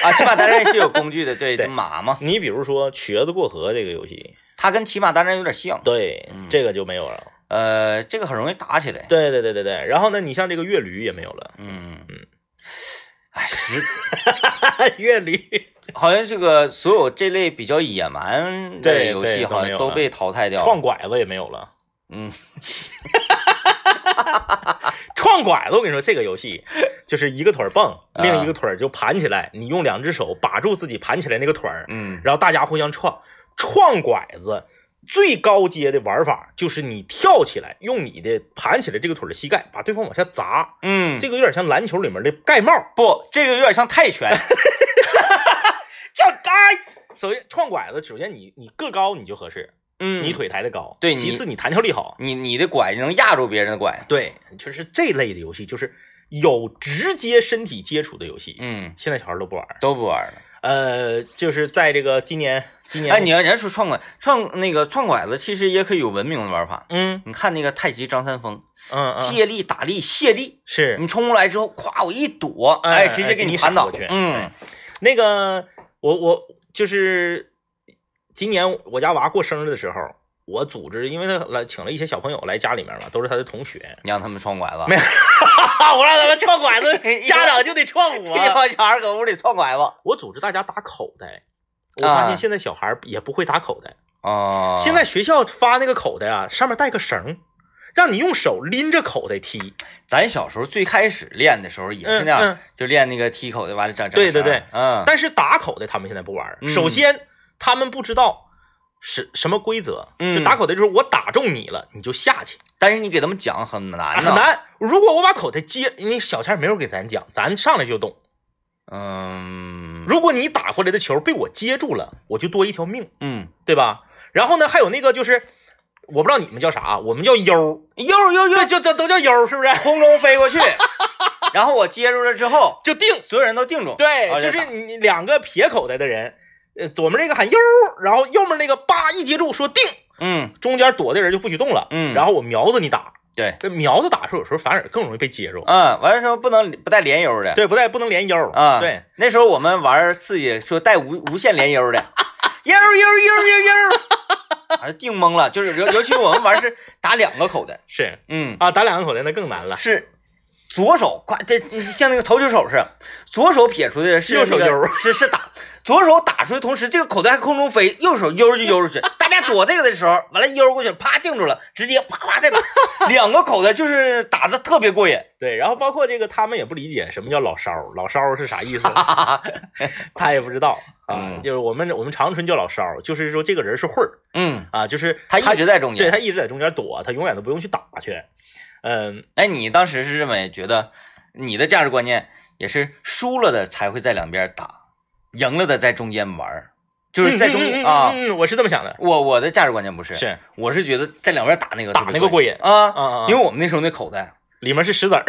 [SPEAKER 1] 啊，骑马大战是有工 具的，对，
[SPEAKER 2] 对
[SPEAKER 1] 马嘛，
[SPEAKER 2] 你比如说瘸子过河这个游戏，
[SPEAKER 1] 它跟骑马大战有点像。
[SPEAKER 2] 对，
[SPEAKER 1] 嗯
[SPEAKER 2] 这个就没有了。
[SPEAKER 1] 呃，这个很容易打起来。
[SPEAKER 2] 对对对对对。然后呢，你像这个越驴也没有了，
[SPEAKER 1] 嗯
[SPEAKER 2] 嗯，
[SPEAKER 1] 哎，实
[SPEAKER 2] 越驴
[SPEAKER 1] 好像这个所有这类比较野蛮的
[SPEAKER 2] 对
[SPEAKER 1] 游
[SPEAKER 2] 对
[SPEAKER 1] 戏，
[SPEAKER 2] 都
[SPEAKER 1] 好
[SPEAKER 2] 没
[SPEAKER 1] 像
[SPEAKER 2] 有
[SPEAKER 1] 都
[SPEAKER 2] 了
[SPEAKER 1] 被淘汰掉。
[SPEAKER 2] 撞拐子也没有了。
[SPEAKER 1] 嗯，
[SPEAKER 2] 撞拐子，我跟你说，这个游戏就是一个腿儿蹦，
[SPEAKER 1] 啊
[SPEAKER 2] 另一个腿儿就盘起来，你用两只手把住自己盘起来那个腿儿，
[SPEAKER 1] 嗯
[SPEAKER 2] 然后大家互相撞。撞拐子最高阶的玩法就是你跳起来，用你的盘起来这个腿儿的膝盖把对方往下砸，
[SPEAKER 1] 嗯，
[SPEAKER 2] 这个有点像篮球里面的盖帽。
[SPEAKER 1] 不，这个有点像泰 拳。
[SPEAKER 2] 要嘎！首先，撞拐子，首先你你个高你就合适，
[SPEAKER 1] 嗯，
[SPEAKER 2] 你腿抬得高，
[SPEAKER 1] 对
[SPEAKER 2] 其
[SPEAKER 1] 你嗯
[SPEAKER 2] 次你弹跳力好，
[SPEAKER 1] 你你的拐能压住别人的拐。
[SPEAKER 2] 对，就是这类的游戏，就是有直接身体接触的游戏，
[SPEAKER 1] 嗯，
[SPEAKER 2] 现在小孩都不玩儿。
[SPEAKER 1] 都不玩了。
[SPEAKER 2] 呃，就是在这个今年，今年，
[SPEAKER 1] 哎，你要人家说撞拐撞那个撞拐子，其实也可以有文明的玩法。
[SPEAKER 2] 嗯
[SPEAKER 1] 你看那个太极张三丰，
[SPEAKER 2] 嗯嗯，
[SPEAKER 1] 借力打力卸力，
[SPEAKER 2] 是
[SPEAKER 1] 你冲过来之后，咵我一躲，
[SPEAKER 2] 哎
[SPEAKER 1] 哎，直接
[SPEAKER 2] 哎给
[SPEAKER 1] 你
[SPEAKER 2] 你
[SPEAKER 1] 弹
[SPEAKER 2] 闪
[SPEAKER 1] 倒
[SPEAKER 2] 过去
[SPEAKER 1] 嗯
[SPEAKER 2] 那个，我我就是今年我家娃过生日的时候，我组织，因为他来请了一些小朋友来家里面嘛，都是他的同学，
[SPEAKER 1] 你让他们双拐子，，
[SPEAKER 2] 没啊我让他们撞拐 子家长就得撞
[SPEAKER 1] 一
[SPEAKER 2] 我。
[SPEAKER 1] 帮小孩搁屋里撞拐子
[SPEAKER 2] 哎我组织大家打口袋，我发
[SPEAKER 1] 啊
[SPEAKER 2] 现现在小孩儿也不会打口袋。
[SPEAKER 1] 啊！
[SPEAKER 2] 现在学校发那个口袋啊，上面带个绳，让你用手拎着口袋踢。
[SPEAKER 1] 咱小时候最开始练的时候也是那样，
[SPEAKER 2] 嗯嗯
[SPEAKER 1] 就练那个踢口袋，完了整整
[SPEAKER 2] 对对对
[SPEAKER 1] 绳嗯，
[SPEAKER 2] 但是打口袋他们现在不玩儿，
[SPEAKER 1] 嗯
[SPEAKER 2] 首先他们不知道是什么规则，
[SPEAKER 1] 嗯
[SPEAKER 2] 就打口袋就是我打中你了，你就下去，
[SPEAKER 1] 但是你给他们讲很难、
[SPEAKER 2] 很。难。如果我把口袋接，你小钱没有给咱讲，咱上来就懂。
[SPEAKER 1] 嗯
[SPEAKER 2] 如果你打过来的球被我接住了，我就多一条命，
[SPEAKER 1] 嗯，
[SPEAKER 2] 对吧？然后呢，还有那个就是，我不知道你们叫啥，啊我们叫悠悠悠悠，就都都叫悠，是不是？
[SPEAKER 1] 空中飞 过去，然后我接住了之后，
[SPEAKER 2] 就定
[SPEAKER 1] 所有人都定住。然后
[SPEAKER 2] 对，就
[SPEAKER 1] 啊打
[SPEAKER 2] 是你两个撇口袋的人，呃，左面这个喊悠，然后右面那个叭一接住说定，
[SPEAKER 1] 嗯，
[SPEAKER 2] 中间躲的人就不许动了，
[SPEAKER 1] 嗯
[SPEAKER 2] 然后我瞄着你打，
[SPEAKER 1] 对，
[SPEAKER 2] 这瞄着打的时候有时候反而更容易被接住，
[SPEAKER 1] 嗯，完了之后不能不带连悠的。
[SPEAKER 2] 对，不带不能连腰
[SPEAKER 1] 啊，
[SPEAKER 2] 对，，
[SPEAKER 1] 那时候我们玩刺激，说带无无限连 悠的，悠悠悠悠悠， 还是定懵了。就是尤尤其我们玩是打两个口袋，
[SPEAKER 2] 是
[SPEAKER 1] 嗯，
[SPEAKER 2] 啊，打两个口袋那更难了，
[SPEAKER 1] 是左手呱，这像那个投球手似的，左手撇出去的是
[SPEAKER 2] 右手
[SPEAKER 1] 那个
[SPEAKER 2] 悠
[SPEAKER 1] 是是打，左手打出去，同时这个口袋还空中飞，右手悠就悠出去。大家躲这个的时候，完了悠过去，啪定住了，直接啪啪 再打，两个口袋就是打的特别过瘾。
[SPEAKER 2] 对，然后包括这个他们也不理解什么叫老烧，老烧是啥意思， 他也不知道啊，
[SPEAKER 1] 嗯
[SPEAKER 2] 就是我们我们长春叫老烧，就是说这个人是混儿
[SPEAKER 1] 嗯，
[SPEAKER 2] 啊，就是
[SPEAKER 1] 他一直在中
[SPEAKER 2] 对
[SPEAKER 1] 间。
[SPEAKER 2] 他一直在中间躲，他永远都不用去打去，嗯，
[SPEAKER 1] 哎，你当时是认为觉得你的价值观念也是输了的才会在两边打，赢了的在中间玩儿，就是在中
[SPEAKER 2] 嗯嗯嗯嗯
[SPEAKER 1] 啊。
[SPEAKER 2] 嗯，嗯我是这么想的，
[SPEAKER 1] 我我的价值观念不是，
[SPEAKER 2] 是
[SPEAKER 1] 我是觉得在两边打那个
[SPEAKER 2] 打那个过瘾
[SPEAKER 1] 啊
[SPEAKER 2] 啊啊
[SPEAKER 1] 因为我们那时候那口袋，
[SPEAKER 2] 里面是石子儿，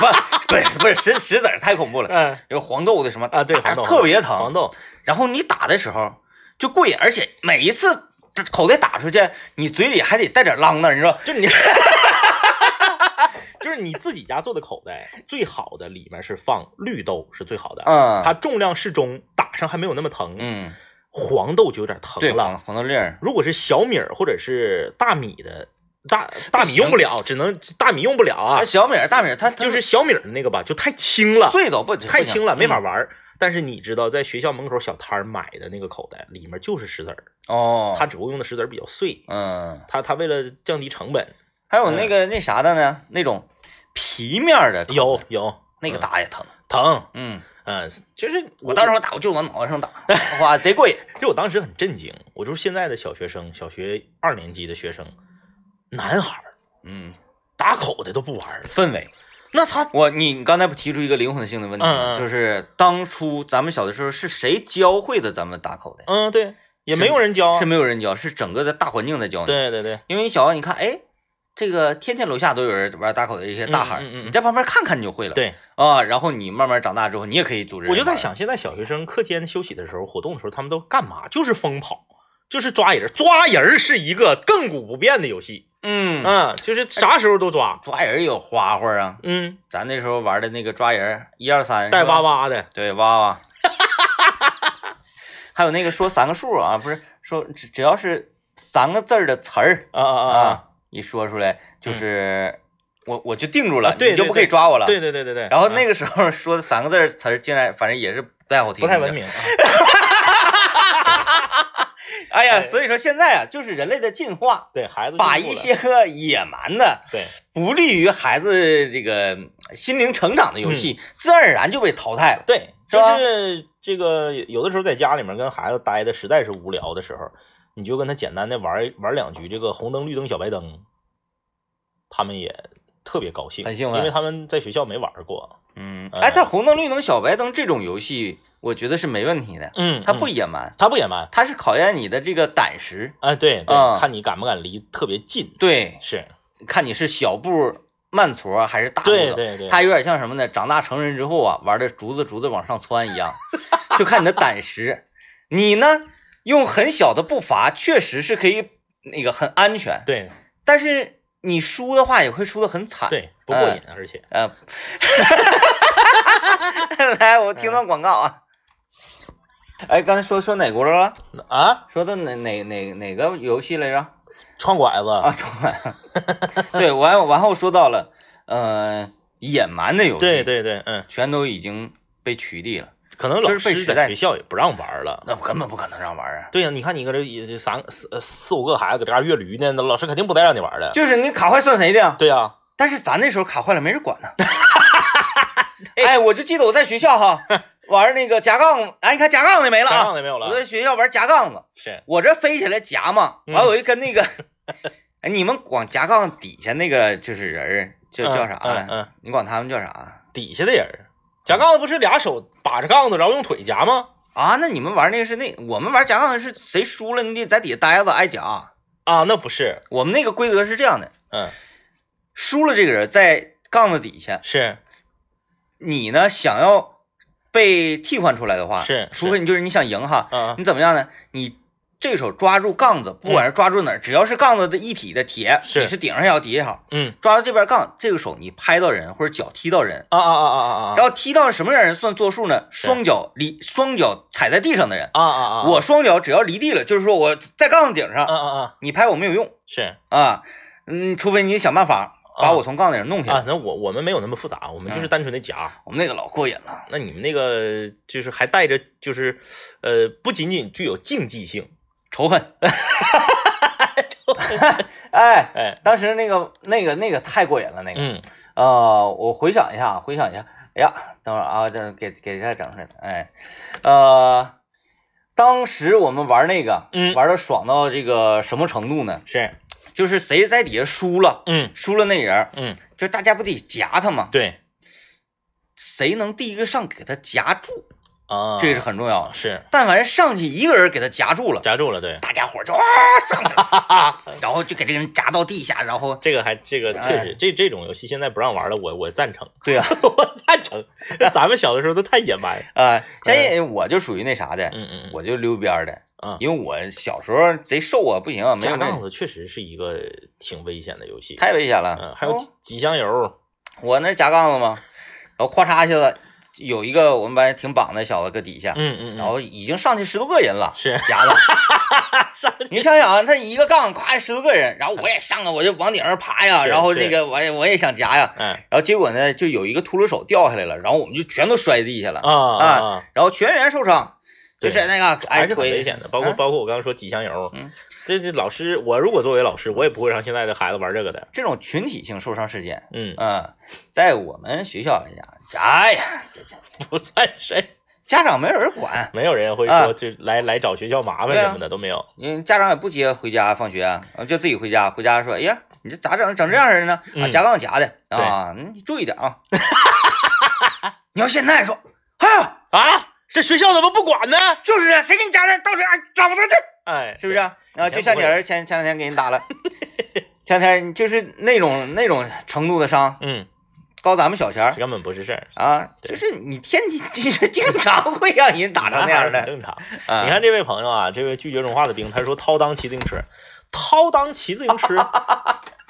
[SPEAKER 1] 不不是不是石石子儿太恐怖了，
[SPEAKER 2] 嗯
[SPEAKER 1] 有黄豆的什么
[SPEAKER 2] 啊，对，
[SPEAKER 1] 打
[SPEAKER 2] 黄豆
[SPEAKER 1] 特别
[SPEAKER 2] 黄
[SPEAKER 1] 疼。
[SPEAKER 2] 豆，
[SPEAKER 1] 然后你打的时候就过瘾，而且每一次口袋打出去，你嘴里还得带点啷当，你说
[SPEAKER 2] 就你， 就是你自己家做的口袋，最好的里面是放绿豆是最好的，
[SPEAKER 1] 嗯
[SPEAKER 2] 它重量适中，打上还没有那么疼。，
[SPEAKER 1] 嗯，
[SPEAKER 2] 黄豆就有点疼
[SPEAKER 1] 对，
[SPEAKER 2] 了。
[SPEAKER 1] 黄黄豆粒儿，
[SPEAKER 2] 如果是小米儿或者是大米的，大大米用不了，只能大米用不了啊
[SPEAKER 1] 啊，，小米儿大米儿，它它
[SPEAKER 2] 就是小米儿的那个吧，就太轻了，
[SPEAKER 1] 碎走不
[SPEAKER 2] 太轻了，没法
[SPEAKER 1] 嗯
[SPEAKER 2] 玩儿。但是你知道，在学校门口小摊儿买的那个口袋，里面就是石子儿，
[SPEAKER 1] 哦，
[SPEAKER 2] 它只不过用的石子儿比较碎，
[SPEAKER 1] 嗯，
[SPEAKER 2] 它它为了降低成本，
[SPEAKER 1] 还有那个那啥的呢，那种皮面儿的口袋
[SPEAKER 2] 嗯有嗯有
[SPEAKER 1] 那个打也疼，
[SPEAKER 2] 疼，
[SPEAKER 1] 嗯，
[SPEAKER 2] 嗯，就是
[SPEAKER 1] 我当时我打我就往脑袋上 打，哇，贼过瘾，
[SPEAKER 2] 就我当时很震惊，我就是现在的小学生，小学二年级的学生，男孩儿
[SPEAKER 1] 嗯，
[SPEAKER 2] 打口袋都不玩儿，
[SPEAKER 1] 氛围。
[SPEAKER 2] 那他
[SPEAKER 1] 我你你刚才不提出一个灵魂性的问题吗，
[SPEAKER 2] 嗯嗯
[SPEAKER 1] 就是当初咱们小的时候是谁教会的咱们打口袋？
[SPEAKER 2] 嗯对，也没有人教啊
[SPEAKER 1] 是，没有人教，是整个的大环境在教你。，
[SPEAKER 2] 对对对，
[SPEAKER 1] 因为你小时候你看，哎，这个天天楼下都有人玩打口袋，一些大汉，
[SPEAKER 2] 嗯嗯嗯嗯
[SPEAKER 1] 你在旁边看看你就会了。
[SPEAKER 2] 对，
[SPEAKER 1] 啊，然后你慢慢长大之后，你也可以组织。
[SPEAKER 2] 我就在，想，现在小学生课间休息的时候、活动的时候，他们都干嘛？就是疯跑，就是抓人儿，抓人儿是一个亘古不变的游戏，
[SPEAKER 1] 嗯，
[SPEAKER 2] 嗯，就是啥时候都抓，
[SPEAKER 1] 抓人有花花啊，
[SPEAKER 2] 嗯，
[SPEAKER 1] 咱那时候玩的那个抓人，一二三，
[SPEAKER 2] 带
[SPEAKER 1] 是吧
[SPEAKER 2] 哇，哇的，
[SPEAKER 1] 对，娃娃， 还有那个说三个数啊，不是说只只要是三个字儿的词儿。
[SPEAKER 2] 啊啊啊啊，
[SPEAKER 1] 啊，一说出来就是、我我就定住了，
[SPEAKER 2] 啊对
[SPEAKER 1] 你就
[SPEAKER 2] 对
[SPEAKER 1] 不可以抓我了。
[SPEAKER 2] 对对对对对，
[SPEAKER 1] 然后
[SPEAKER 2] 啊
[SPEAKER 1] 那个时候说的三个字儿词儿，竟然反正也是不太好听，
[SPEAKER 2] 不太文。明啊，
[SPEAKER 1] 哎呀，
[SPEAKER 2] 哎
[SPEAKER 1] 所以说现在啊，就是人类的进化，
[SPEAKER 2] 对孩子
[SPEAKER 1] 把
[SPEAKER 2] 进步
[SPEAKER 1] 一
[SPEAKER 2] 了
[SPEAKER 1] 些个野蛮的、
[SPEAKER 2] 对。
[SPEAKER 1] 不利于孩子这个心灵成长的游戏，
[SPEAKER 2] 嗯
[SPEAKER 1] 自然而然就被淘汰了。
[SPEAKER 2] 对，
[SPEAKER 1] 是
[SPEAKER 2] 就
[SPEAKER 1] 吧
[SPEAKER 2] 是这个有的时候在家里面跟孩子待的实在是无聊的时候，你就跟他简单的玩一玩两局这个红灯、绿灯、小白灯，他们也特别高兴，
[SPEAKER 1] 很兴奋
[SPEAKER 2] 因为他们在学校没玩过。
[SPEAKER 1] 嗯，
[SPEAKER 2] 哎
[SPEAKER 1] 哎，但红灯、绿灯、小白灯这种游戏，我觉得是没问题的，
[SPEAKER 2] 嗯
[SPEAKER 1] 它不野蛮，
[SPEAKER 2] 他不野蛮，
[SPEAKER 1] 它是考验你的这个胆识。
[SPEAKER 2] 哎，对对，
[SPEAKER 1] 啊
[SPEAKER 2] 看你敢不敢离特别近，
[SPEAKER 1] 对，
[SPEAKER 2] 是
[SPEAKER 1] 看你是小步慢挫还是大步走。
[SPEAKER 2] 对对对
[SPEAKER 1] 它有点像什么呢？长大成人之后啊，玩的竹子竹子往上窜一 样，就看你的胆识。你呢，用很小的步伐，确实是可以那个很安全，
[SPEAKER 2] 对
[SPEAKER 1] 但是你输的话也会输的很惨。，
[SPEAKER 2] 对，不过瘾，而且
[SPEAKER 1] 呃， 来，我听段广告啊。哎，刚才说说哪国了？
[SPEAKER 2] 啊，
[SPEAKER 1] 说的哪哪哪哪个游戏来着？
[SPEAKER 2] 穿拐子
[SPEAKER 1] 啊，重来。 对，完完后说到了，呃，野蛮的游戏，
[SPEAKER 2] 对，对对，嗯，
[SPEAKER 1] 全都已经被取缔了，
[SPEAKER 2] 可能
[SPEAKER 1] 就
[SPEAKER 2] 老
[SPEAKER 1] 是被
[SPEAKER 2] 师
[SPEAKER 1] 时代
[SPEAKER 2] 在学校也不让玩了。
[SPEAKER 1] 那根本不可能让玩啊。
[SPEAKER 2] 对呀、你看你搁这也这三四呃四五个孩子搁这嘎越驴呢，那老师肯定不带让你玩的。
[SPEAKER 1] 就是你卡坏算谁的呀？
[SPEAKER 2] 对呀、
[SPEAKER 1] 但是咱那时候卡坏了，没人 管呢。哎，我就记得我在学校哈玩那个夹杠，哎，你看夹杠的没了
[SPEAKER 2] 上
[SPEAKER 1] 啊！
[SPEAKER 2] 的没有
[SPEAKER 1] 我
[SPEAKER 2] 了，嗯
[SPEAKER 1] 在学校玩夹杠子，
[SPEAKER 2] 是
[SPEAKER 1] 我这飞起来夹嘛，
[SPEAKER 2] 嗯
[SPEAKER 1] 完我就跟 那个，哎，你们管夹杠底下那个就是人儿，就叫啥
[SPEAKER 2] 嗯嗯
[SPEAKER 1] 来？
[SPEAKER 2] 嗯，
[SPEAKER 1] 你管他们叫啥啊
[SPEAKER 2] 底下的人儿夹杠子不是俩手把着杠子，然后用腿夹吗？
[SPEAKER 1] 啊？那你们玩那个是那我们玩夹杠是谁输了你得在底下待着挨夹。
[SPEAKER 2] 啊，那不是，
[SPEAKER 1] 我们那个规则是这样的，
[SPEAKER 2] 嗯，
[SPEAKER 1] 输了这个人在杠子底下，
[SPEAKER 2] 是
[SPEAKER 1] 你呢想要被替换出来的话，
[SPEAKER 2] 是
[SPEAKER 1] 除非你就是你想赢哈，
[SPEAKER 2] 啊
[SPEAKER 1] 你怎么样呢？你这手抓住杠子，不管是抓住哪儿，只要是杠子的一体的铁，
[SPEAKER 2] 嗯是
[SPEAKER 1] 你是顶上也好，底下也好，
[SPEAKER 2] 嗯
[SPEAKER 1] 抓住这边杠，这个手你拍到人或者脚踢到人，
[SPEAKER 2] 啊啊啊啊啊啊
[SPEAKER 1] 然后踢到什么样人算作数呢？双脚离双脚踩在地上的人，
[SPEAKER 2] 啊啊啊！
[SPEAKER 1] 我双脚只要离地了，就是说我在杠子顶
[SPEAKER 2] 啊
[SPEAKER 1] 上，
[SPEAKER 2] 啊啊
[SPEAKER 1] 你拍我没有用
[SPEAKER 2] 是
[SPEAKER 1] 啊，嗯，除非你想办法把我从杠子顶上弄下来。
[SPEAKER 2] 啊，那我我们没有那么复杂，我们就是
[SPEAKER 1] 嗯
[SPEAKER 2] 单纯的夹。
[SPEAKER 1] 我们那个老过瘾了，
[SPEAKER 2] 那你们那个就是还带着就是，呃，不仅仅具有竞技性，
[SPEAKER 1] 仇 恨。哎，
[SPEAKER 2] 哎，
[SPEAKER 1] 当时那个那个那个太过瘾了，那个，
[SPEAKER 2] 嗯
[SPEAKER 1] 呃，我回想一下，回想一下，哎呀，等会儿啊，这给给他整上了，哎，呃，当时我们玩那个，
[SPEAKER 2] 嗯
[SPEAKER 1] 玩的爽到这个什么程度呢？
[SPEAKER 2] 是，
[SPEAKER 1] 就是谁在底下输了，
[SPEAKER 2] 嗯
[SPEAKER 1] 输了那人，
[SPEAKER 2] 嗯，
[SPEAKER 1] 就是大家不得夹他吗？
[SPEAKER 2] 对
[SPEAKER 1] 谁能第一个上给他夹住，
[SPEAKER 2] 啊，
[SPEAKER 1] 这个是很重要的。
[SPEAKER 2] 是
[SPEAKER 1] 但凡上去一个人给他夹住了，
[SPEAKER 2] 夹住了，对，
[SPEAKER 1] 大家伙儿就啊上去 了，然后就给这个人夹到地下，然后
[SPEAKER 2] 这个还这个确
[SPEAKER 1] 哎
[SPEAKER 2] 实，这这种游戏现在不让玩了，我我赞成，
[SPEAKER 1] 对啊呀、
[SPEAKER 2] 我赞成，咱们小的时候都太野蛮了，
[SPEAKER 1] 啊，相信我就属于那啥的，
[SPEAKER 2] 嗯嗯嗯，
[SPEAKER 1] 我就溜边儿的，
[SPEAKER 2] 啊，
[SPEAKER 1] 因为我小时候贼瘦啊，不行啊，没有
[SPEAKER 2] 夹
[SPEAKER 1] 那
[SPEAKER 2] 杠子确实是一个挺危险的游戏，
[SPEAKER 1] 太危险了
[SPEAKER 2] 嗯，。还有
[SPEAKER 1] 哦
[SPEAKER 2] 挤挤香油，
[SPEAKER 1] 我那夹杠子嘛，然后咵嚓一下子，有一个我们班挺膀的小子搁底下，
[SPEAKER 2] 嗯嗯
[SPEAKER 1] 然
[SPEAKER 2] 嗯，
[SPEAKER 1] 后已经上去十多个人了，
[SPEAKER 2] 是
[SPEAKER 1] 夹了。你想想啊，他一个杠咵十多个人，然后我也上啊，我就往顶上爬呀，
[SPEAKER 2] 是
[SPEAKER 1] 然后
[SPEAKER 2] 是
[SPEAKER 1] 这个我也我也想夹呀，
[SPEAKER 2] 哎
[SPEAKER 1] 然后结果呢，就有一个秃噜手掉下来了，然后我们就全都摔地下了，
[SPEAKER 2] 啊
[SPEAKER 1] 啊
[SPEAKER 2] 啊。
[SPEAKER 1] 然后全员受伤，就
[SPEAKER 2] 对
[SPEAKER 1] 是那个哎
[SPEAKER 2] 还是很
[SPEAKER 1] 腿
[SPEAKER 2] 危险的。包括
[SPEAKER 1] 啊
[SPEAKER 2] 包括我刚刚说挤香油，
[SPEAKER 1] 嗯
[SPEAKER 2] 这这老师，我如果作为老师，我也不会让现在的孩子玩这个的。
[SPEAKER 1] 这种群体性受伤事件。
[SPEAKER 2] 嗯，
[SPEAKER 1] 嗯，在我们学校来讲，哎呀，
[SPEAKER 2] 不算谁，
[SPEAKER 1] 家长没有人管，
[SPEAKER 2] 没有人会
[SPEAKER 1] 啊
[SPEAKER 2] 说就来来找学校麻烦
[SPEAKER 1] 对啊
[SPEAKER 2] 什么的都没有。
[SPEAKER 1] 嗯，家长也不接回家放学，呃就自己回家。回家说，哎呀，你这咋整整这样式儿呢？啊，
[SPEAKER 2] 嗯
[SPEAKER 1] 夹杠夹的啊，你注意点啊。 你要现在说，哎呀，
[SPEAKER 2] 啊，这学校怎么不管呢？
[SPEAKER 1] 就是啊，谁给你夹的？到这儿找他去，
[SPEAKER 2] 哎，
[SPEAKER 1] 是不是啊？啊，
[SPEAKER 2] 以前
[SPEAKER 1] 就像你
[SPEAKER 2] 不会
[SPEAKER 1] 儿前前两天给你打了，前两天就是那种那种程度的伤，
[SPEAKER 2] 对？嗯，
[SPEAKER 1] 高咱们小钱儿
[SPEAKER 2] 这根本不是事儿，
[SPEAKER 1] 啊，
[SPEAKER 2] 对
[SPEAKER 1] 就是你天天 就是经常会让人打成那样
[SPEAKER 2] 很
[SPEAKER 1] 的。
[SPEAKER 2] 正常。
[SPEAKER 1] 啊
[SPEAKER 2] 你看这位朋友啊，这位拒绝融化的兵，他说掏裆骑自行车，掏裆骑自行 车，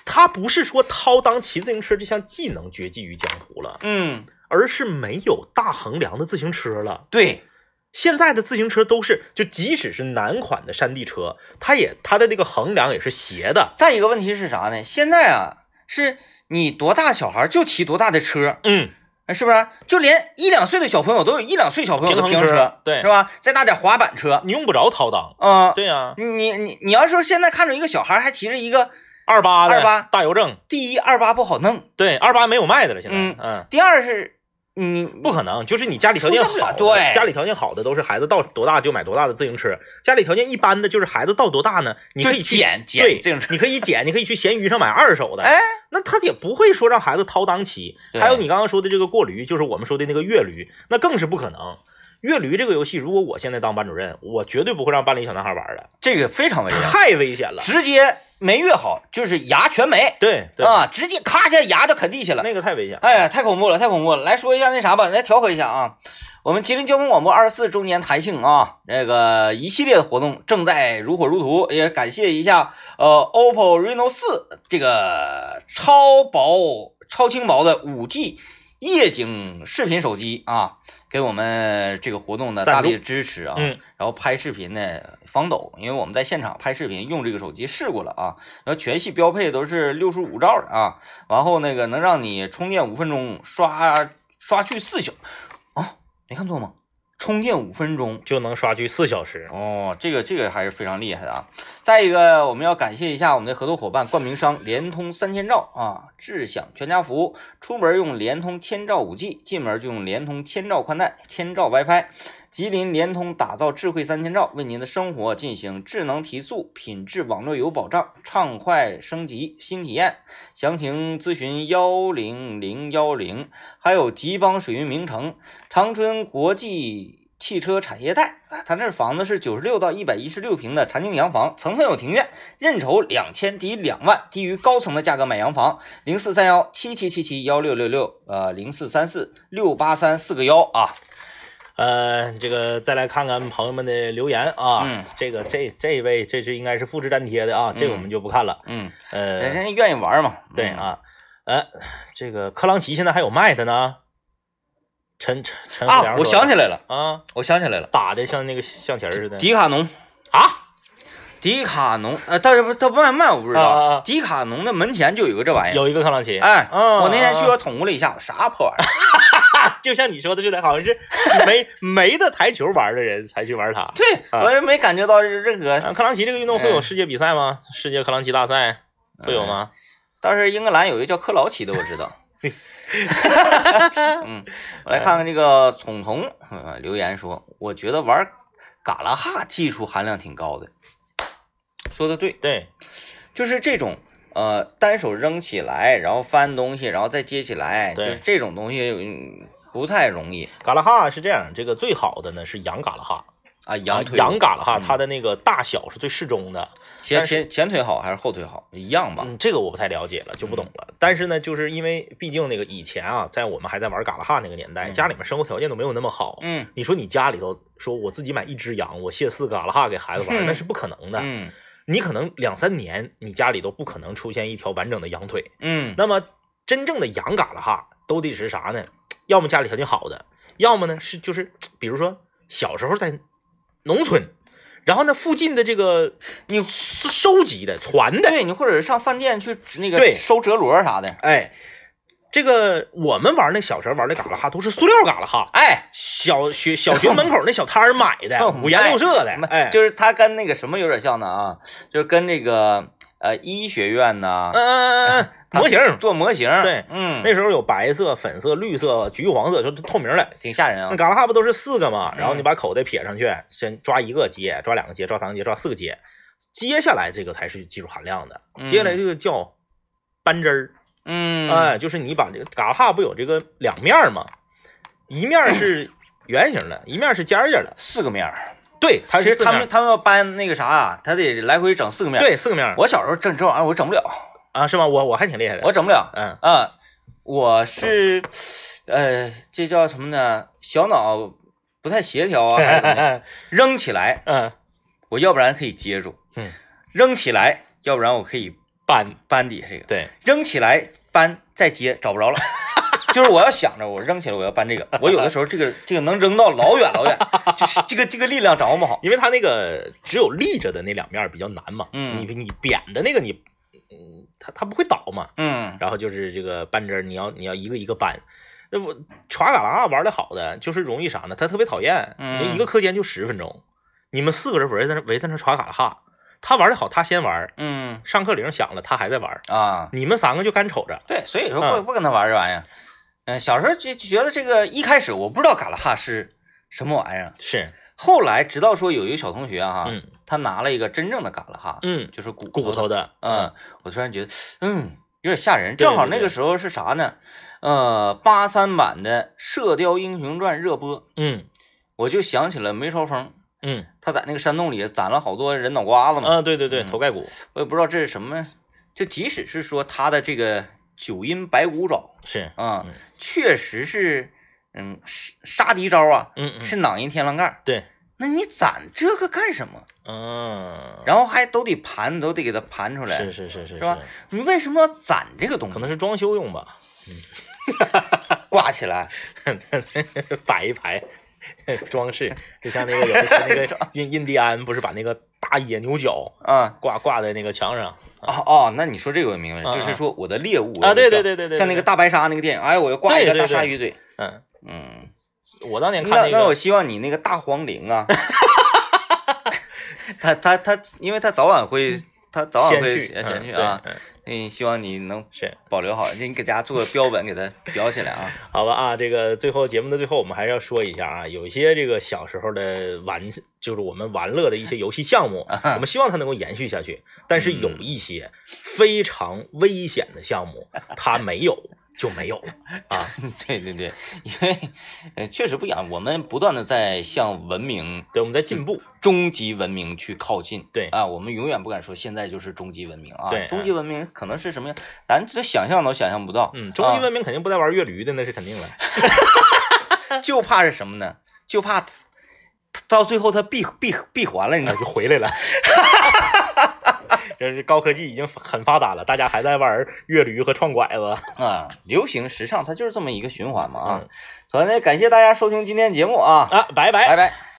[SPEAKER 2] 他不是说掏裆骑自行车这项技能绝迹于江湖了，
[SPEAKER 1] 嗯，
[SPEAKER 2] 而是没有大横梁的自行车了。
[SPEAKER 1] 对，
[SPEAKER 2] 现在的自行车都是，就即使是南款的山地车，它也它的那个横梁也是斜的。
[SPEAKER 1] 再一个问题是啥呢？现在啊，是你多大小孩就骑多大的车，
[SPEAKER 2] 嗯，
[SPEAKER 1] 是不是？就连一两岁的小朋友都有一两岁小朋友的
[SPEAKER 2] 平
[SPEAKER 1] 平
[SPEAKER 2] 衡
[SPEAKER 1] 衡
[SPEAKER 2] 车
[SPEAKER 1] 车，
[SPEAKER 2] 对
[SPEAKER 1] 是吧？再大点滑板车，
[SPEAKER 2] 你用不着掏裆。
[SPEAKER 1] 嗯、
[SPEAKER 2] 对啊呀、
[SPEAKER 1] 你你你要说现在看着一个小孩还骑着一个，
[SPEAKER 2] 二八的
[SPEAKER 1] 28
[SPEAKER 2] 大邮政，
[SPEAKER 1] 第一二八不好弄，
[SPEAKER 2] 对，二八没有卖的了，现在，
[SPEAKER 1] 嗯
[SPEAKER 2] 嗯
[SPEAKER 1] 第二是你
[SPEAKER 2] 不可能，就是你家里条件
[SPEAKER 1] 出现不
[SPEAKER 2] 好
[SPEAKER 1] 了
[SPEAKER 2] 的，
[SPEAKER 1] 对
[SPEAKER 2] 家里条件好的都是孩子到多大就买多大的自行车，家里条件一般的就是孩子到多大呢，你可以去
[SPEAKER 1] 就捡捡
[SPEAKER 2] 对
[SPEAKER 1] 自行车
[SPEAKER 2] 你可以捡，你可以去闲鱼上买二手的，
[SPEAKER 1] 哎，
[SPEAKER 2] 那他也不会说让孩子掏裆骑。
[SPEAKER 1] 对
[SPEAKER 2] 还有你刚刚说的这个过驴，就是我们说的那个越驴，那更是不可能。越驴这个游戏，如果我现在当班主任，我绝对不会让班里小男 孩玩的，
[SPEAKER 1] 这个非 常危险，
[SPEAKER 2] 太危险了。
[SPEAKER 1] 直接没越好就是牙全没
[SPEAKER 2] 对对、
[SPEAKER 1] 啊，直接咔一下牙就啃地下了。
[SPEAKER 2] 那个太危险了。
[SPEAKER 1] 哎呀，太恐怖了，太恐怖了！来说一下那啥吧，来调和一下啊。我们吉林交通广播二十四周年台庆啊，这个一系列的活动正在如火如荼，也感谢一下呃 OPPO Reno 四这个超薄、超轻薄的五 G 液晶视频手机啊，给我们这个活动呢
[SPEAKER 2] 赞
[SPEAKER 1] 大
[SPEAKER 2] 助
[SPEAKER 1] 力支持啊。
[SPEAKER 2] 嗯
[SPEAKER 1] 然后拍视频呢防抖，因为我们在现场拍视频用这个手机试过了啊，然后全系标配都是六十五兆的啊，然后那个能让你充电五分钟，刷刷去四小，啊，没看错吗？充电五分钟，
[SPEAKER 2] 就能刷剧四小时。
[SPEAKER 1] 哦，这个这个还是非常厉害的啊！再一个，我们要感谢一下我们的合作伙伴冠名商联通三千兆啊，智享全家福，出门用联通千兆 5G，进门就用联通千兆宽带、千兆 WiFi。吉林联通打造智慧三千兆，为您的生活进行智能提速，品质网络有保障，畅快升级新体验。详情咨询幺零零幺零，还有吉邦水云名城长春国际汽车产业带，啊他那房子是九十六到一百一十六平的长青洋房，层层有庭院，认筹两千抵两万，低于高层的价格买洋房。零四三幺七七七七幺六六六，呃，零四三四六八三四个幺啊，
[SPEAKER 2] 呃，这个再来看看朋友们的留言啊，
[SPEAKER 1] 嗯
[SPEAKER 2] 这个这这一位这是应该是复制粘贴的啊，这个我们就不看了。
[SPEAKER 1] 嗯，人
[SPEAKER 2] 呃，
[SPEAKER 1] 家愿意玩嘛，
[SPEAKER 2] 对
[SPEAKER 1] 嗯，
[SPEAKER 2] 啊，呃，这个克朗奇现在还有卖的呢。陈陈陈福
[SPEAKER 1] 啊，
[SPEAKER 2] 良
[SPEAKER 1] 我
[SPEAKER 2] 说
[SPEAKER 1] 想起
[SPEAKER 2] 的
[SPEAKER 1] 来了，
[SPEAKER 2] 啊，
[SPEAKER 1] 我想起来了，
[SPEAKER 2] 打的像那个象棋儿似的
[SPEAKER 1] 迪卡侬
[SPEAKER 2] 啊，
[SPEAKER 1] 迪卡侬，呃，但是不他卖不卖我不知道，
[SPEAKER 2] 啊啊啊
[SPEAKER 1] 迪卡侬的门前就有一个这玩意儿。
[SPEAKER 2] 有一个克朗奇，
[SPEAKER 1] 哎，
[SPEAKER 2] 嗯
[SPEAKER 1] 我那天去
[SPEAKER 2] 嗯
[SPEAKER 1] 我捅咕了一下，啥破玩意儿？
[SPEAKER 2] 就像你说的似的，好像是没 没的台球玩的人才去玩它。
[SPEAKER 1] 对，
[SPEAKER 2] 啊
[SPEAKER 1] 我也没感觉到任何。
[SPEAKER 2] 啊，克朗奇这个运动会有
[SPEAKER 1] 哎
[SPEAKER 2] 世界比赛吗？世界克朗奇大赛会有吗？
[SPEAKER 1] 当时英格兰有一个叫克劳奇的，我知 道。 嗯，我来看看这
[SPEAKER 2] 哎
[SPEAKER 1] 个聪聪呃留言说，我觉得玩嘎啦哈技术含量挺高的。说的对，
[SPEAKER 2] 对，
[SPEAKER 1] 就是这种呃单手扔起来，然后翻东西，然后再接起来，就
[SPEAKER 2] 对
[SPEAKER 1] 是这种东西嗯不太容易
[SPEAKER 2] 嘎啦哈是这样，这个最好的呢是羊嘎啦哈，
[SPEAKER 1] 啊。
[SPEAKER 2] 啊
[SPEAKER 1] 羊腿
[SPEAKER 2] 羊嘎啦哈，
[SPEAKER 1] 嗯
[SPEAKER 2] 它的那个大小是最适中的。
[SPEAKER 1] 前
[SPEAKER 2] 但是
[SPEAKER 1] 前前腿好还是后腿好，一样吧？
[SPEAKER 2] 嗯，这个我不太了解了，就不懂
[SPEAKER 1] 嗯
[SPEAKER 2] 了。但是呢，就是因为毕竟那个以前啊，在我们还在玩嘎啦哈那个年代，
[SPEAKER 1] 嗯
[SPEAKER 2] 家里面生活条件都没有那么好。
[SPEAKER 1] 嗯
[SPEAKER 2] 你说你家里头说我自己买一只羊，我卸四个嘎啦哈给孩子玩，
[SPEAKER 1] 嗯
[SPEAKER 2] 那是不可能的。
[SPEAKER 1] 嗯
[SPEAKER 2] 你可能两三年，你家里都不可能出现一条完整的羊腿。
[SPEAKER 1] 嗯
[SPEAKER 2] 那么真正的羊嘎啦哈都得是啥呢？要么家里条件好的，要么呢是就是比如说小时候在农村，然后呢附近的这个你收集的、传的，
[SPEAKER 1] 对你或者是上饭店去那个
[SPEAKER 2] 对
[SPEAKER 1] 收折箩啥的，
[SPEAKER 2] 哎，这个我们玩那小时候玩的嘎啦哈都是塑料嘎啦哈，
[SPEAKER 1] 哎。
[SPEAKER 2] 小学小学门口那小摊儿买的，五颜六色的，哎，
[SPEAKER 1] 哦就是它跟那个什么有点像呢啊，就是跟那个呃医学院呐、
[SPEAKER 2] 嗯嗯嗯嗯嗯，模型儿。
[SPEAKER 1] 做模型，
[SPEAKER 2] 对
[SPEAKER 1] 嗯，
[SPEAKER 2] 那时候有白色、粉色、绿色、橘黄色，就都透明的。
[SPEAKER 1] 挺吓人啊
[SPEAKER 2] 那，嘎啦哈不都是四个吗？然后你
[SPEAKER 1] 嗯
[SPEAKER 2] 把口袋撇上去，先抓一个接，抓两个接，抓三个接，抓四个接，接下来这个才是技术含量的。
[SPEAKER 1] 嗯
[SPEAKER 2] 接下来这个叫扳针儿，
[SPEAKER 1] 嗯，
[SPEAKER 2] 哎，就是你把这个嘎啦哈不有这个两面儿吗？一面儿是圆形的，一面儿是尖儿尖儿的。
[SPEAKER 1] 四个面儿，
[SPEAKER 2] 对，它
[SPEAKER 1] 其
[SPEAKER 2] 是
[SPEAKER 1] 实
[SPEAKER 2] 四
[SPEAKER 1] 他
[SPEAKER 2] 面
[SPEAKER 1] 们他们要搬那个啥啊，他得来回整四个面。，
[SPEAKER 2] 对四个面儿
[SPEAKER 1] 我小时候整这玩意儿我整不了，
[SPEAKER 2] 啊，是吗？我我还挺厉害的，
[SPEAKER 1] 我整不了
[SPEAKER 2] 嗯
[SPEAKER 1] 啊，我是呃这叫什么呢？小脑不 太协调啊，还是怎 么样扔起来，
[SPEAKER 2] 嗯
[SPEAKER 1] 我要不然可以接住，
[SPEAKER 2] 嗯，
[SPEAKER 1] 扔起来，要不然我可以
[SPEAKER 2] 扳
[SPEAKER 1] 搬底下这个。
[SPEAKER 2] 对
[SPEAKER 1] 扔起来搬再接找不 着了。就是我要想着我扔起来我要搬这个，我有的时候这个这个能扔到老远 老远，就是这个这个力量掌握不好。
[SPEAKER 2] 因为它那个只有立着的那两面儿比较难嘛，
[SPEAKER 1] 嗯
[SPEAKER 2] 你你扁的那个你，嗯，它它不会倒嘛，
[SPEAKER 1] 嗯
[SPEAKER 2] 然后就是这个扳针儿，你要你要一个一个扳。那不耍嘎啦玩的好的，就是容易啥呢？他特别讨厌，
[SPEAKER 1] 嗯
[SPEAKER 2] 你就一个课间就十分钟，你们四个人围在那围在那耍嘎啦哈。他玩的好，他先玩，
[SPEAKER 1] 嗯
[SPEAKER 2] 上课铃响了，他还在玩，
[SPEAKER 1] 啊，
[SPEAKER 2] 你们三个就干瞅着。
[SPEAKER 1] 对，所以说
[SPEAKER 2] 嗯
[SPEAKER 1] 不不跟他玩这玩意儿。嗯，小时候就就觉得这个一开始我不知道嘎啦哈是什么玩意儿，
[SPEAKER 2] 是，
[SPEAKER 1] 后来直到说有一个小同学哈、
[SPEAKER 2] 嗯
[SPEAKER 1] 他拿了一个真正的嘎啦哈，
[SPEAKER 2] 嗯，
[SPEAKER 1] 就是骨头
[SPEAKER 2] 骨头的，
[SPEAKER 1] 嗯，我突然觉得，嗯，有点吓人。
[SPEAKER 2] 对
[SPEAKER 1] 正好
[SPEAKER 2] 对
[SPEAKER 1] 那
[SPEAKER 2] 对
[SPEAKER 1] 个时候是啥呢？呃，八三版的《射雕英雄传》热播，
[SPEAKER 2] 嗯
[SPEAKER 1] 我就想起了梅超风，
[SPEAKER 2] 嗯
[SPEAKER 1] 他在那个山洞里攒了好多人脑瓜子嘛。
[SPEAKER 2] 啊，对对对，
[SPEAKER 1] 嗯
[SPEAKER 2] 头盖骨
[SPEAKER 1] 我也不知道这是什么，就即使是说他的这个九阴白骨爪
[SPEAKER 2] 是，
[SPEAKER 1] 啊
[SPEAKER 2] 嗯，
[SPEAKER 1] 确实是，嗯，杀杀敌招啊，
[SPEAKER 2] 嗯嗯，
[SPEAKER 1] 是囊阴天狼盖儿。
[SPEAKER 2] 对，
[SPEAKER 1] 那你攒这个干什么？
[SPEAKER 2] 嗯，
[SPEAKER 1] 然后还都得盘，都得给它盘出来。
[SPEAKER 2] 是是是是
[SPEAKER 1] 是吧你为什么要攒这个东西？
[SPEAKER 2] 可能是装修用吧，
[SPEAKER 1] 挂起来，
[SPEAKER 2] 摆一排装饰，就像那个有一些 那个印印第安不是把那个大野牛角
[SPEAKER 1] 啊、
[SPEAKER 2] 挂挂在那个墙上
[SPEAKER 1] 哦哦，那你说这个我明白了，就
[SPEAKER 2] 啊
[SPEAKER 1] 是
[SPEAKER 2] 啊
[SPEAKER 1] 说我的猎物
[SPEAKER 2] 啊？对对
[SPEAKER 1] 对
[SPEAKER 2] 对对对，
[SPEAKER 1] 像那个
[SPEAKER 2] 对，
[SPEAKER 1] 大白鲨那个电影，哎，我要挂一
[SPEAKER 2] 对
[SPEAKER 1] 个
[SPEAKER 2] 对
[SPEAKER 1] 大鲨
[SPEAKER 2] 对
[SPEAKER 1] 鱼嘴，
[SPEAKER 2] 嗯，
[SPEAKER 1] 嗯，
[SPEAKER 2] 我当年看
[SPEAKER 1] 那那我
[SPEAKER 2] 个，
[SPEAKER 1] 希望你那个大黄陵啊， 他他他，因为他早晚会， 他早晚
[SPEAKER 2] 先
[SPEAKER 1] 会
[SPEAKER 2] 去
[SPEAKER 1] 先
[SPEAKER 2] 嗯
[SPEAKER 1] 先去啊，
[SPEAKER 2] 对嗯
[SPEAKER 1] 嗯，希望你能
[SPEAKER 2] 是
[SPEAKER 1] 保留好，你给大家做个标本，给它裱起来啊。
[SPEAKER 2] 好吧啊，这个最后节目的最后，我们还是要说一下啊，有一些这个小时候的玩，就是我们玩乐的一些游戏项目，我们希望它能够延续下去。但是有一些非常危险的项目，它没有就没有了啊。
[SPEAKER 1] 对对对，因为呃确实不一样，我们不断的在向文明、
[SPEAKER 2] 对，我们在进步。
[SPEAKER 1] 终极文明去靠近。
[SPEAKER 2] 对
[SPEAKER 1] 啊，我们永远不敢说现在就是终极文明啊。
[SPEAKER 2] 对
[SPEAKER 1] 终极文明可能是什么样，咱这想象都想象不到。
[SPEAKER 2] 嗯，中级
[SPEAKER 1] 啊
[SPEAKER 2] 文明肯定不带玩越驴的，那是肯定的。
[SPEAKER 1] 啊就怕是什么呢？就怕它它到最后它闭闭闭环了，你知
[SPEAKER 2] 啊，
[SPEAKER 1] 道吗？
[SPEAKER 2] 就回来了。这是高科技已经很发达了，大家还在玩越驴和撞拐 子。
[SPEAKER 1] 啊，流行时尚它就是这么一个循环嘛啊
[SPEAKER 2] 嗯。
[SPEAKER 1] 好、嘞，感谢大家收听今天节目啊，
[SPEAKER 2] 啊，拜拜
[SPEAKER 1] 拜拜。